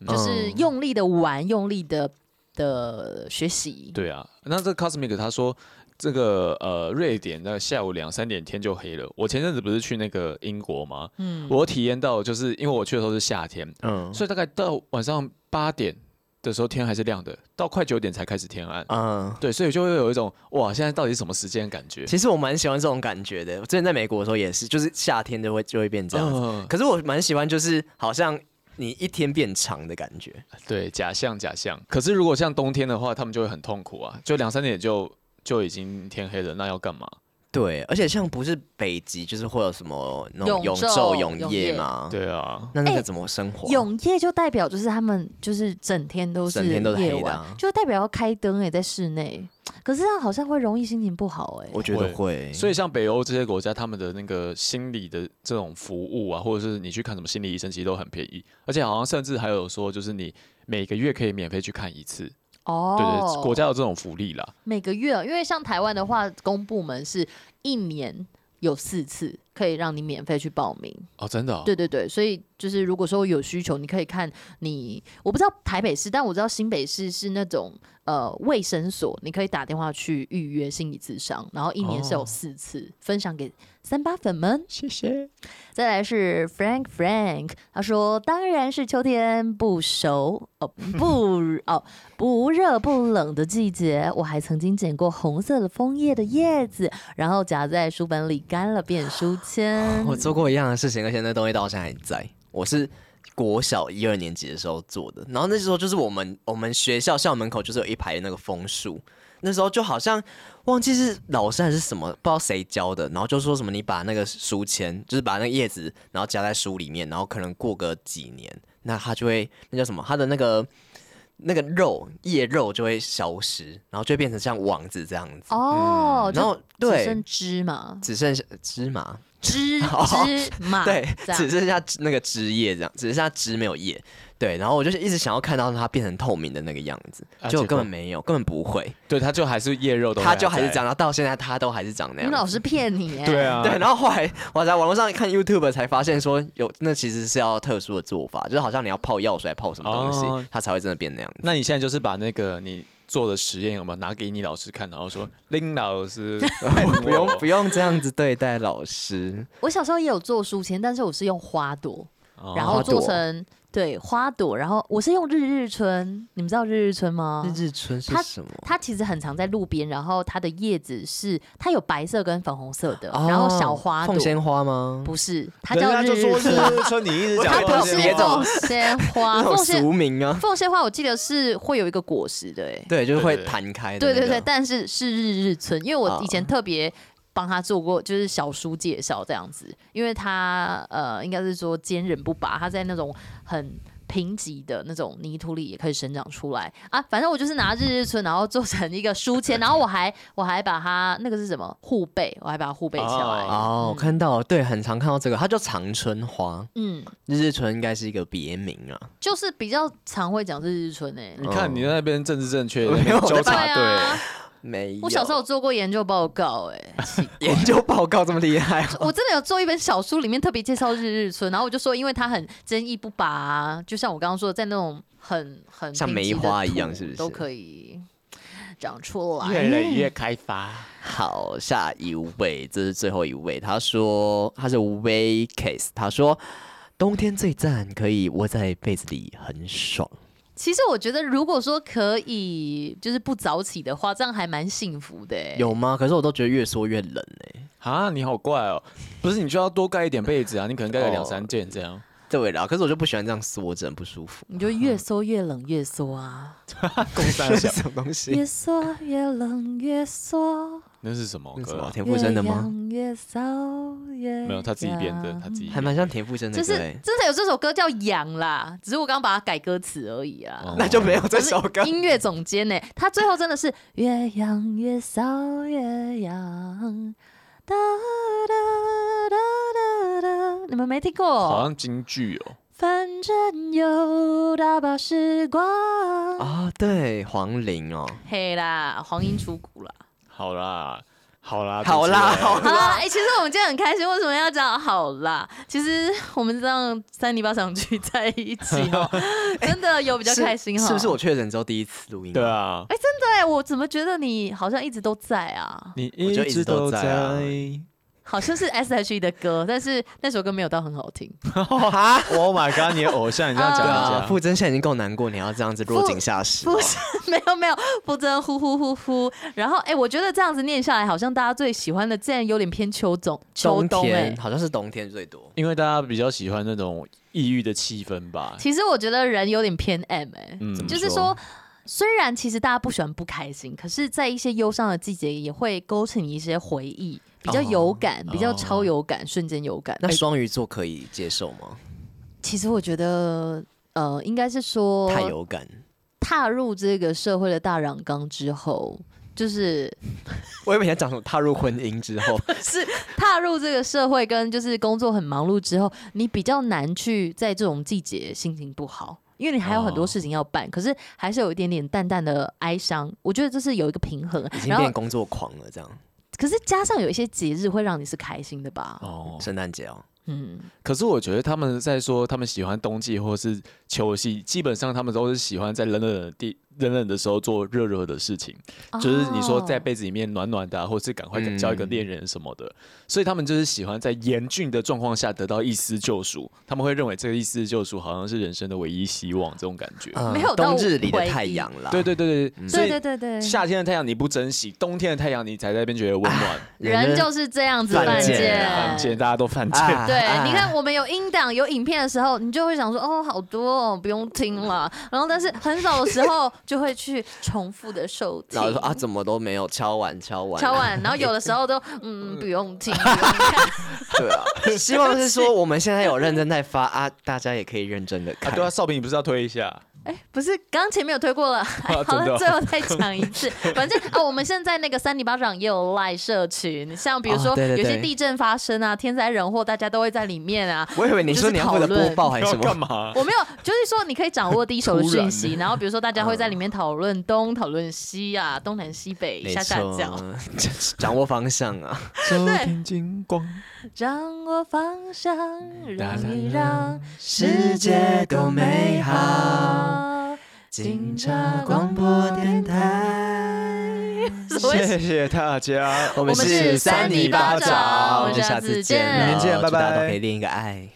[SPEAKER 1] 就是
[SPEAKER 3] 嗯
[SPEAKER 1] 用力的玩，用力的的学习。
[SPEAKER 2] 对啊，那这个 Cosmic 他说这个呃瑞典那下午两三点天就黑了。我前阵子不是去那个英国吗？
[SPEAKER 1] 嗯，
[SPEAKER 2] 我体验到就是因为我去的时候是夏天，
[SPEAKER 3] 嗯
[SPEAKER 2] 所以大概到晚上八点的时候天还是亮的，到快九点才开始天暗。
[SPEAKER 3] 嗯，
[SPEAKER 2] 对，所以就会有一种哇，现在到底是什么时间的感觉？
[SPEAKER 3] 其实我蛮喜欢这种感觉的。我之前在美国的时候也是，就是夏天就会就会变这样子。
[SPEAKER 2] 嗯
[SPEAKER 3] 可是我蛮喜欢，就是好像你一天变长的感觉。
[SPEAKER 2] 对，假象假象。可是如果像冬天的话，他们就会很痛苦啊，就两三点就就已经天黑了，那要干嘛？
[SPEAKER 3] 对，而且像不是北极，就是会有什么那种
[SPEAKER 1] 永
[SPEAKER 3] 永
[SPEAKER 1] 昼
[SPEAKER 3] 昼
[SPEAKER 1] 永
[SPEAKER 3] 永
[SPEAKER 1] 夜
[SPEAKER 3] 夜嘛？，
[SPEAKER 2] 对啊，
[SPEAKER 3] 那那
[SPEAKER 1] 哎
[SPEAKER 3] 个怎么生活？
[SPEAKER 1] 永夜就代表就是他们就是整天都是
[SPEAKER 3] 整天都是黑
[SPEAKER 1] 夜
[SPEAKER 3] 的
[SPEAKER 1] 晚，
[SPEAKER 3] 啊
[SPEAKER 1] 就代表要开灯哎、在室内。可是这样好像会容易心情不好哎、
[SPEAKER 3] 我觉得会，
[SPEAKER 2] 所
[SPEAKER 3] 以
[SPEAKER 2] 以像北欧这些国家，他们的那个心理的这种服务啊，或者是你去看什么心理医生，其实都很便宜，而且好像甚至还有说，就是你每个月可以免费去看一次。
[SPEAKER 1] 哦，
[SPEAKER 2] 对对，国家有这种福利啦。
[SPEAKER 1] 每个月，因为像台湾的话，公部门是一年有四次可以让你免费去报名。
[SPEAKER 2] 哦，真的、哦？
[SPEAKER 1] 对对对，所以就是如果说有需求，你可以看你，我不知道台北市，但我知道新北市是那种呃卫生所，你可以打电话去预约心理咨商，然后一年是有
[SPEAKER 2] 哦
[SPEAKER 1] 四次，分享给三八粉们。
[SPEAKER 2] 谢谢。
[SPEAKER 1] 再来是 Frank Frank，他说当然是秋天不熟哦
[SPEAKER 2] [laughs]
[SPEAKER 1] 不哦不热不冷的季节，我还曾经捡过红色的枫叶的叶子，然后夹在书本里干了变书
[SPEAKER 2] [laughs]
[SPEAKER 1] 签。
[SPEAKER 2] 嗯
[SPEAKER 3] 我做过一样的事情，而且那东西到现在还在。我是国小一二年级的时候做的，然后那时候就是我们我们学校校门口就是有一排那个枫树，那时候就好像忘记是老师还是什么，不知道谁教的，然后就说什么你把那个书签，就是把那个叶子，然后夹在书里面，然后可能过个几年，那它就会那叫什么，它的那个。那个肉叶肉就会消失，然后就会变成像网子这样子。
[SPEAKER 1] 哦，就
[SPEAKER 3] 然后
[SPEAKER 1] 只
[SPEAKER 3] 对
[SPEAKER 1] 剩，枝嘛，
[SPEAKER 3] 只剩下芝麻，
[SPEAKER 1] 枝
[SPEAKER 3] 哦
[SPEAKER 1] 枝嘛，
[SPEAKER 3] 对，
[SPEAKER 1] 啊这样
[SPEAKER 3] 只剩下枝那个枝叶这样，只剩下枝没有叶。对，然后我就是一直想要看到它变成透明的那个样子，
[SPEAKER 2] 啊
[SPEAKER 3] 结果
[SPEAKER 2] 结
[SPEAKER 3] 根
[SPEAKER 2] 果
[SPEAKER 3] 本没有，根本不会，
[SPEAKER 2] 对，它就还是叶肉都
[SPEAKER 3] 它就还是
[SPEAKER 2] 在
[SPEAKER 3] 长，然后到现在它都还是长那
[SPEAKER 1] 你老
[SPEAKER 3] 样。
[SPEAKER 1] 师骗你耶，
[SPEAKER 2] 对，啊，
[SPEAKER 3] 对，然后后来我在网络上看 YouTube 才发现说有那其实是要特殊的做法，就是好像你要泡药水、还泡什么东西，
[SPEAKER 2] 哦
[SPEAKER 3] 它才会真的变那样子。
[SPEAKER 2] 那你现在就是把那个你做的实验有没有拿给你老师看，然后说林老师哎
[SPEAKER 3] 不用不用这样子对待老师，
[SPEAKER 1] 我小时候也有做书签，但是我是用花朵，
[SPEAKER 2] 用
[SPEAKER 1] 然后
[SPEAKER 3] 花
[SPEAKER 1] 做
[SPEAKER 3] 朵
[SPEAKER 1] 成对花朵，然后我是用日日春，你们知道日日春吗？
[SPEAKER 3] 日日春是
[SPEAKER 1] 它
[SPEAKER 3] 什么？
[SPEAKER 1] 它其实很常在路边，然后它的叶子是它有白色跟粉红色的，
[SPEAKER 3] 哦
[SPEAKER 1] 然后小花朵
[SPEAKER 3] 凤仙花吗？
[SPEAKER 1] 不是，它
[SPEAKER 2] 人
[SPEAKER 1] 叫
[SPEAKER 2] 家
[SPEAKER 1] 日
[SPEAKER 2] 就说
[SPEAKER 1] 日春，
[SPEAKER 2] 是春，你一直
[SPEAKER 3] 我
[SPEAKER 2] 讲
[SPEAKER 1] [laughs] 它
[SPEAKER 3] 看
[SPEAKER 2] 凤
[SPEAKER 1] 不
[SPEAKER 3] 到
[SPEAKER 1] 是
[SPEAKER 2] 仙
[SPEAKER 3] 别
[SPEAKER 2] 花
[SPEAKER 1] 凤仙花，凤
[SPEAKER 3] 种 [laughs] 那种
[SPEAKER 1] 仙
[SPEAKER 3] 俗名啊，
[SPEAKER 1] 凤仙花我记得是会有一个果实的、欸，
[SPEAKER 3] 对，就是会
[SPEAKER 2] 对对对
[SPEAKER 3] 弹开的
[SPEAKER 1] 对
[SPEAKER 3] 那个。
[SPEAKER 1] 对对，但是是日日春，因为我以前
[SPEAKER 3] 哦
[SPEAKER 1] 特别帮他做过，就是小书介绍这样子，因为他呃，应该是说坚韧不拔，他在那种很。贫瘠的那种泥土里也可以生长出来啊！反正我就是拿日日春，然后做成一个书签，然后我还我还把它那个是什么护背，我还把它护背起来。
[SPEAKER 3] 哦，我看到了，对，很常看到这个，它叫长春花，
[SPEAKER 1] 嗯，
[SPEAKER 3] 日日春应该是一个别名啊。
[SPEAKER 1] 就是比较常会讲日日春诶、
[SPEAKER 2] 你看你在那边政治正确，
[SPEAKER 3] 没有
[SPEAKER 2] 纠
[SPEAKER 1] 对
[SPEAKER 2] 察队
[SPEAKER 1] 啊，
[SPEAKER 3] 没有，
[SPEAKER 1] 我小时候有做过研究报告欸诶、奇
[SPEAKER 3] [laughs] 研究报告这么厉害、 [laughs] 哦
[SPEAKER 1] 我真的有做一本小书，里面特别介绍日日村，然后我就说，因为它很争议不拔、啊，就像我刚刚说的，在那种很很
[SPEAKER 3] 像
[SPEAKER 1] 贫瘠
[SPEAKER 3] 梅花
[SPEAKER 1] 的土
[SPEAKER 3] 一样是不是
[SPEAKER 1] 都可以长出来？
[SPEAKER 2] 越来越开发。
[SPEAKER 3] 好，下一位，这是最后一位，他说他是 Way Case，他说冬天最赞，可以窝在被子里很爽。
[SPEAKER 1] 其实我觉得，如果说可以，就是不早起的话，这样还蛮幸福的、欸。
[SPEAKER 3] 有吗？可是我都觉得越说越冷哎、
[SPEAKER 2] 啊，你好怪哦！不是，你就要多盖一点被子啊，你可能盖个两三件这样。
[SPEAKER 3] 对啦，可是我就不喜欢这样缩着，很不舒服。
[SPEAKER 1] 你就越缩越冷，越缩
[SPEAKER 2] [laughs]
[SPEAKER 1] 啊，
[SPEAKER 2] 共三小，
[SPEAKER 3] [laughs] 什么东西？
[SPEAKER 1] 越缩越冷，越缩。
[SPEAKER 2] 那是什么
[SPEAKER 3] 那什
[SPEAKER 2] 歌
[SPEAKER 3] 么
[SPEAKER 2] 啊？
[SPEAKER 3] 田馥甄的
[SPEAKER 1] 越
[SPEAKER 3] 吗？
[SPEAKER 1] 养越骚越
[SPEAKER 2] 没有，他自己编的，
[SPEAKER 1] 痒
[SPEAKER 2] 他自己
[SPEAKER 3] 还蛮像田馥甄的
[SPEAKER 1] 就
[SPEAKER 3] 歌、
[SPEAKER 1] 是
[SPEAKER 3] 欸，
[SPEAKER 1] 真的有这首歌叫《痒》啦，只是我刚刚把它改歌词而已啊。
[SPEAKER 2] 哦
[SPEAKER 3] [laughs] 那就没有这首歌。
[SPEAKER 1] 音乐总监呢、他最后真的是越痒越骚越痒，哒哒哒哒哒，你们没听
[SPEAKER 2] 好
[SPEAKER 3] 啊
[SPEAKER 1] 过？
[SPEAKER 2] 像京剧哦。
[SPEAKER 1] 反正有大把时光，
[SPEAKER 3] 啊啊、对，黄龄哦， [laughs]
[SPEAKER 1] 嘿啦，黄莺出谷啦。
[SPEAKER 2] 好啦，好啦，
[SPEAKER 3] 好啦
[SPEAKER 2] 主持人
[SPEAKER 3] 好
[SPEAKER 1] 好啦，哎、其实我们今天很开心，为什么要讲好啦？其实我们让三泥巴掌聚在一起
[SPEAKER 3] [laughs]
[SPEAKER 1] 哦，真的有比较开心哦哈。
[SPEAKER 3] 哎是是不是我确诊之后第一次录音？
[SPEAKER 2] 对，啊，
[SPEAKER 1] 对，我怎么觉得你好像一直都在啊？
[SPEAKER 2] 你
[SPEAKER 3] 我就一直都在啊
[SPEAKER 1] 好像是 S.H.E 的歌，但是那首歌没有到很好听。 [laughs]
[SPEAKER 2] [laughs] Oh my god！你的偶像，你这样讲
[SPEAKER 3] 对
[SPEAKER 2] 人
[SPEAKER 3] 啊，
[SPEAKER 2] 家，
[SPEAKER 3] 傅真现在已经够难过，你还要这样子落井下石哦，
[SPEAKER 1] 不是，没有没有，不真呼呼呼呼。然后哎、我觉得这样子念下来，好像大家最喜欢的，竟然有点偏秋冬秋
[SPEAKER 3] 冬
[SPEAKER 1] 冬哎、
[SPEAKER 3] 天好像是冬天最多。
[SPEAKER 2] 因为大家比较喜欢那种抑郁的气氛 [laughs] 吧。
[SPEAKER 1] 其实我觉得人有点偏 M 哎、
[SPEAKER 2] 嗯，怎么
[SPEAKER 1] 就是说，虽然其实大家不喜欢不开心，可是，在一些忧伤的季节，也会勾起你一些回忆，比较有感，比较超有感，瞬间有感。
[SPEAKER 3] 哦那
[SPEAKER 1] 哎
[SPEAKER 3] 双鱼座可以接受吗？
[SPEAKER 1] 其实我觉得，呃，应该是说，
[SPEAKER 3] 太有感，
[SPEAKER 1] 踏入这个社会的大染缸之后，就是
[SPEAKER 3] 我以为你要讲什么踏入婚姻之后，
[SPEAKER 1] 是 [laughs] 踏入这个社会跟就是工作很忙碌之后，你比较难去在这种季节心情不好，因为你还有很多事情要办，可是还是有一点点淡淡的哀伤。我觉得这是有一个平衡
[SPEAKER 3] [laughs] 已，经
[SPEAKER 1] 然后
[SPEAKER 3] 变工作狂了，这样。
[SPEAKER 1] 可是加上有一些节日会让你是开心的吧？
[SPEAKER 2] 哦，
[SPEAKER 3] 圣诞节哦，
[SPEAKER 1] 嗯，
[SPEAKER 2] 可是我觉得他们在说他们喜欢冬季或是秋季，基本上他们都是喜欢在冷冷的地冷冷的时候做热热的事情，就是你说在
[SPEAKER 1] 哦
[SPEAKER 2] 被子里面暖暖的、啊，或是赶快
[SPEAKER 3] 嗯
[SPEAKER 2] 交一个恋人什么的。
[SPEAKER 1] 嗯
[SPEAKER 2] 所以他们就是喜欢在严峻的状况下得到一丝救赎，他们会认为这个一丝救赎好像是人生的唯一希望这种感觉。
[SPEAKER 3] 嗯
[SPEAKER 1] 没有到
[SPEAKER 3] 冬日里的
[SPEAKER 1] 回忆
[SPEAKER 3] 太阳啦。
[SPEAKER 2] 对对对对，所
[SPEAKER 1] 对
[SPEAKER 2] 以
[SPEAKER 1] 对对对，
[SPEAKER 2] 夏天的太阳你不珍惜，冬天的太阳你才在那边觉得温暖。
[SPEAKER 1] 人就是这样子嗯
[SPEAKER 3] 犯
[SPEAKER 1] 犯
[SPEAKER 3] 贱
[SPEAKER 1] 贱，
[SPEAKER 2] 犯贱，大家都犯贱。
[SPEAKER 3] 啊，
[SPEAKER 1] 对，
[SPEAKER 3] 啊
[SPEAKER 1] 你看，我们有音档、有影片的时候，你就会想说，哦，好多哦，不用听了。然后，但是很少的时候就会去重复的收
[SPEAKER 2] [laughs]
[SPEAKER 1] 听
[SPEAKER 3] 然。后说啊，怎么都没有敲完敲完
[SPEAKER 1] 敲完，然后有的时候
[SPEAKER 3] [laughs]
[SPEAKER 1] 都嗯不用听，不用看
[SPEAKER 3] 对啊，希望是说我们现在有认真在发啊，大家也可以认真的
[SPEAKER 2] 啊，
[SPEAKER 3] 看。
[SPEAKER 2] 对啊，少平，你不是要推一下？
[SPEAKER 1] 哎不是刚前面有推过了，
[SPEAKER 3] 啊
[SPEAKER 1] 哎好
[SPEAKER 2] [laughs] 真的
[SPEAKER 1] 了，
[SPEAKER 2] 哦
[SPEAKER 1] 最后再讲一
[SPEAKER 3] [laughs]
[SPEAKER 1] 次。反正啊，我们现在那个三里巴掌也有赖社群，像比如
[SPEAKER 3] 哦
[SPEAKER 1] 说
[SPEAKER 3] 对对
[SPEAKER 1] 有些
[SPEAKER 3] 对
[SPEAKER 1] 地震发生啊、天灾人祸，大家都会在里面
[SPEAKER 3] [laughs]
[SPEAKER 1] 啊。
[SPEAKER 3] 我以为你说你要负责播报还是
[SPEAKER 2] 要
[SPEAKER 3] 什
[SPEAKER 2] 干
[SPEAKER 3] 么？
[SPEAKER 2] 嘛？
[SPEAKER 1] 我没有，就是说你可以掌握第一手的
[SPEAKER 2] 突
[SPEAKER 1] 讯
[SPEAKER 2] 然
[SPEAKER 1] 息，然后比如说大家会在里面讨论东、讨论西啊，东南西北、
[SPEAKER 3] 嗯没
[SPEAKER 1] 下下
[SPEAKER 3] 错
[SPEAKER 1] 脚，，
[SPEAKER 3] 掌握方向啊！
[SPEAKER 2] 收听金光，
[SPEAKER 1] 掌握方向，让你让
[SPEAKER 3] 世界多美好，
[SPEAKER 1] 好。
[SPEAKER 3] 警察广播电台。
[SPEAKER 1] 所谓
[SPEAKER 2] 谢谢大家。
[SPEAKER 3] 我
[SPEAKER 1] 们是三尼巴掌
[SPEAKER 3] 我们下次见
[SPEAKER 1] 我
[SPEAKER 3] 了，
[SPEAKER 2] 们下次见拜拜
[SPEAKER 3] 祝大家都可以练一个爱。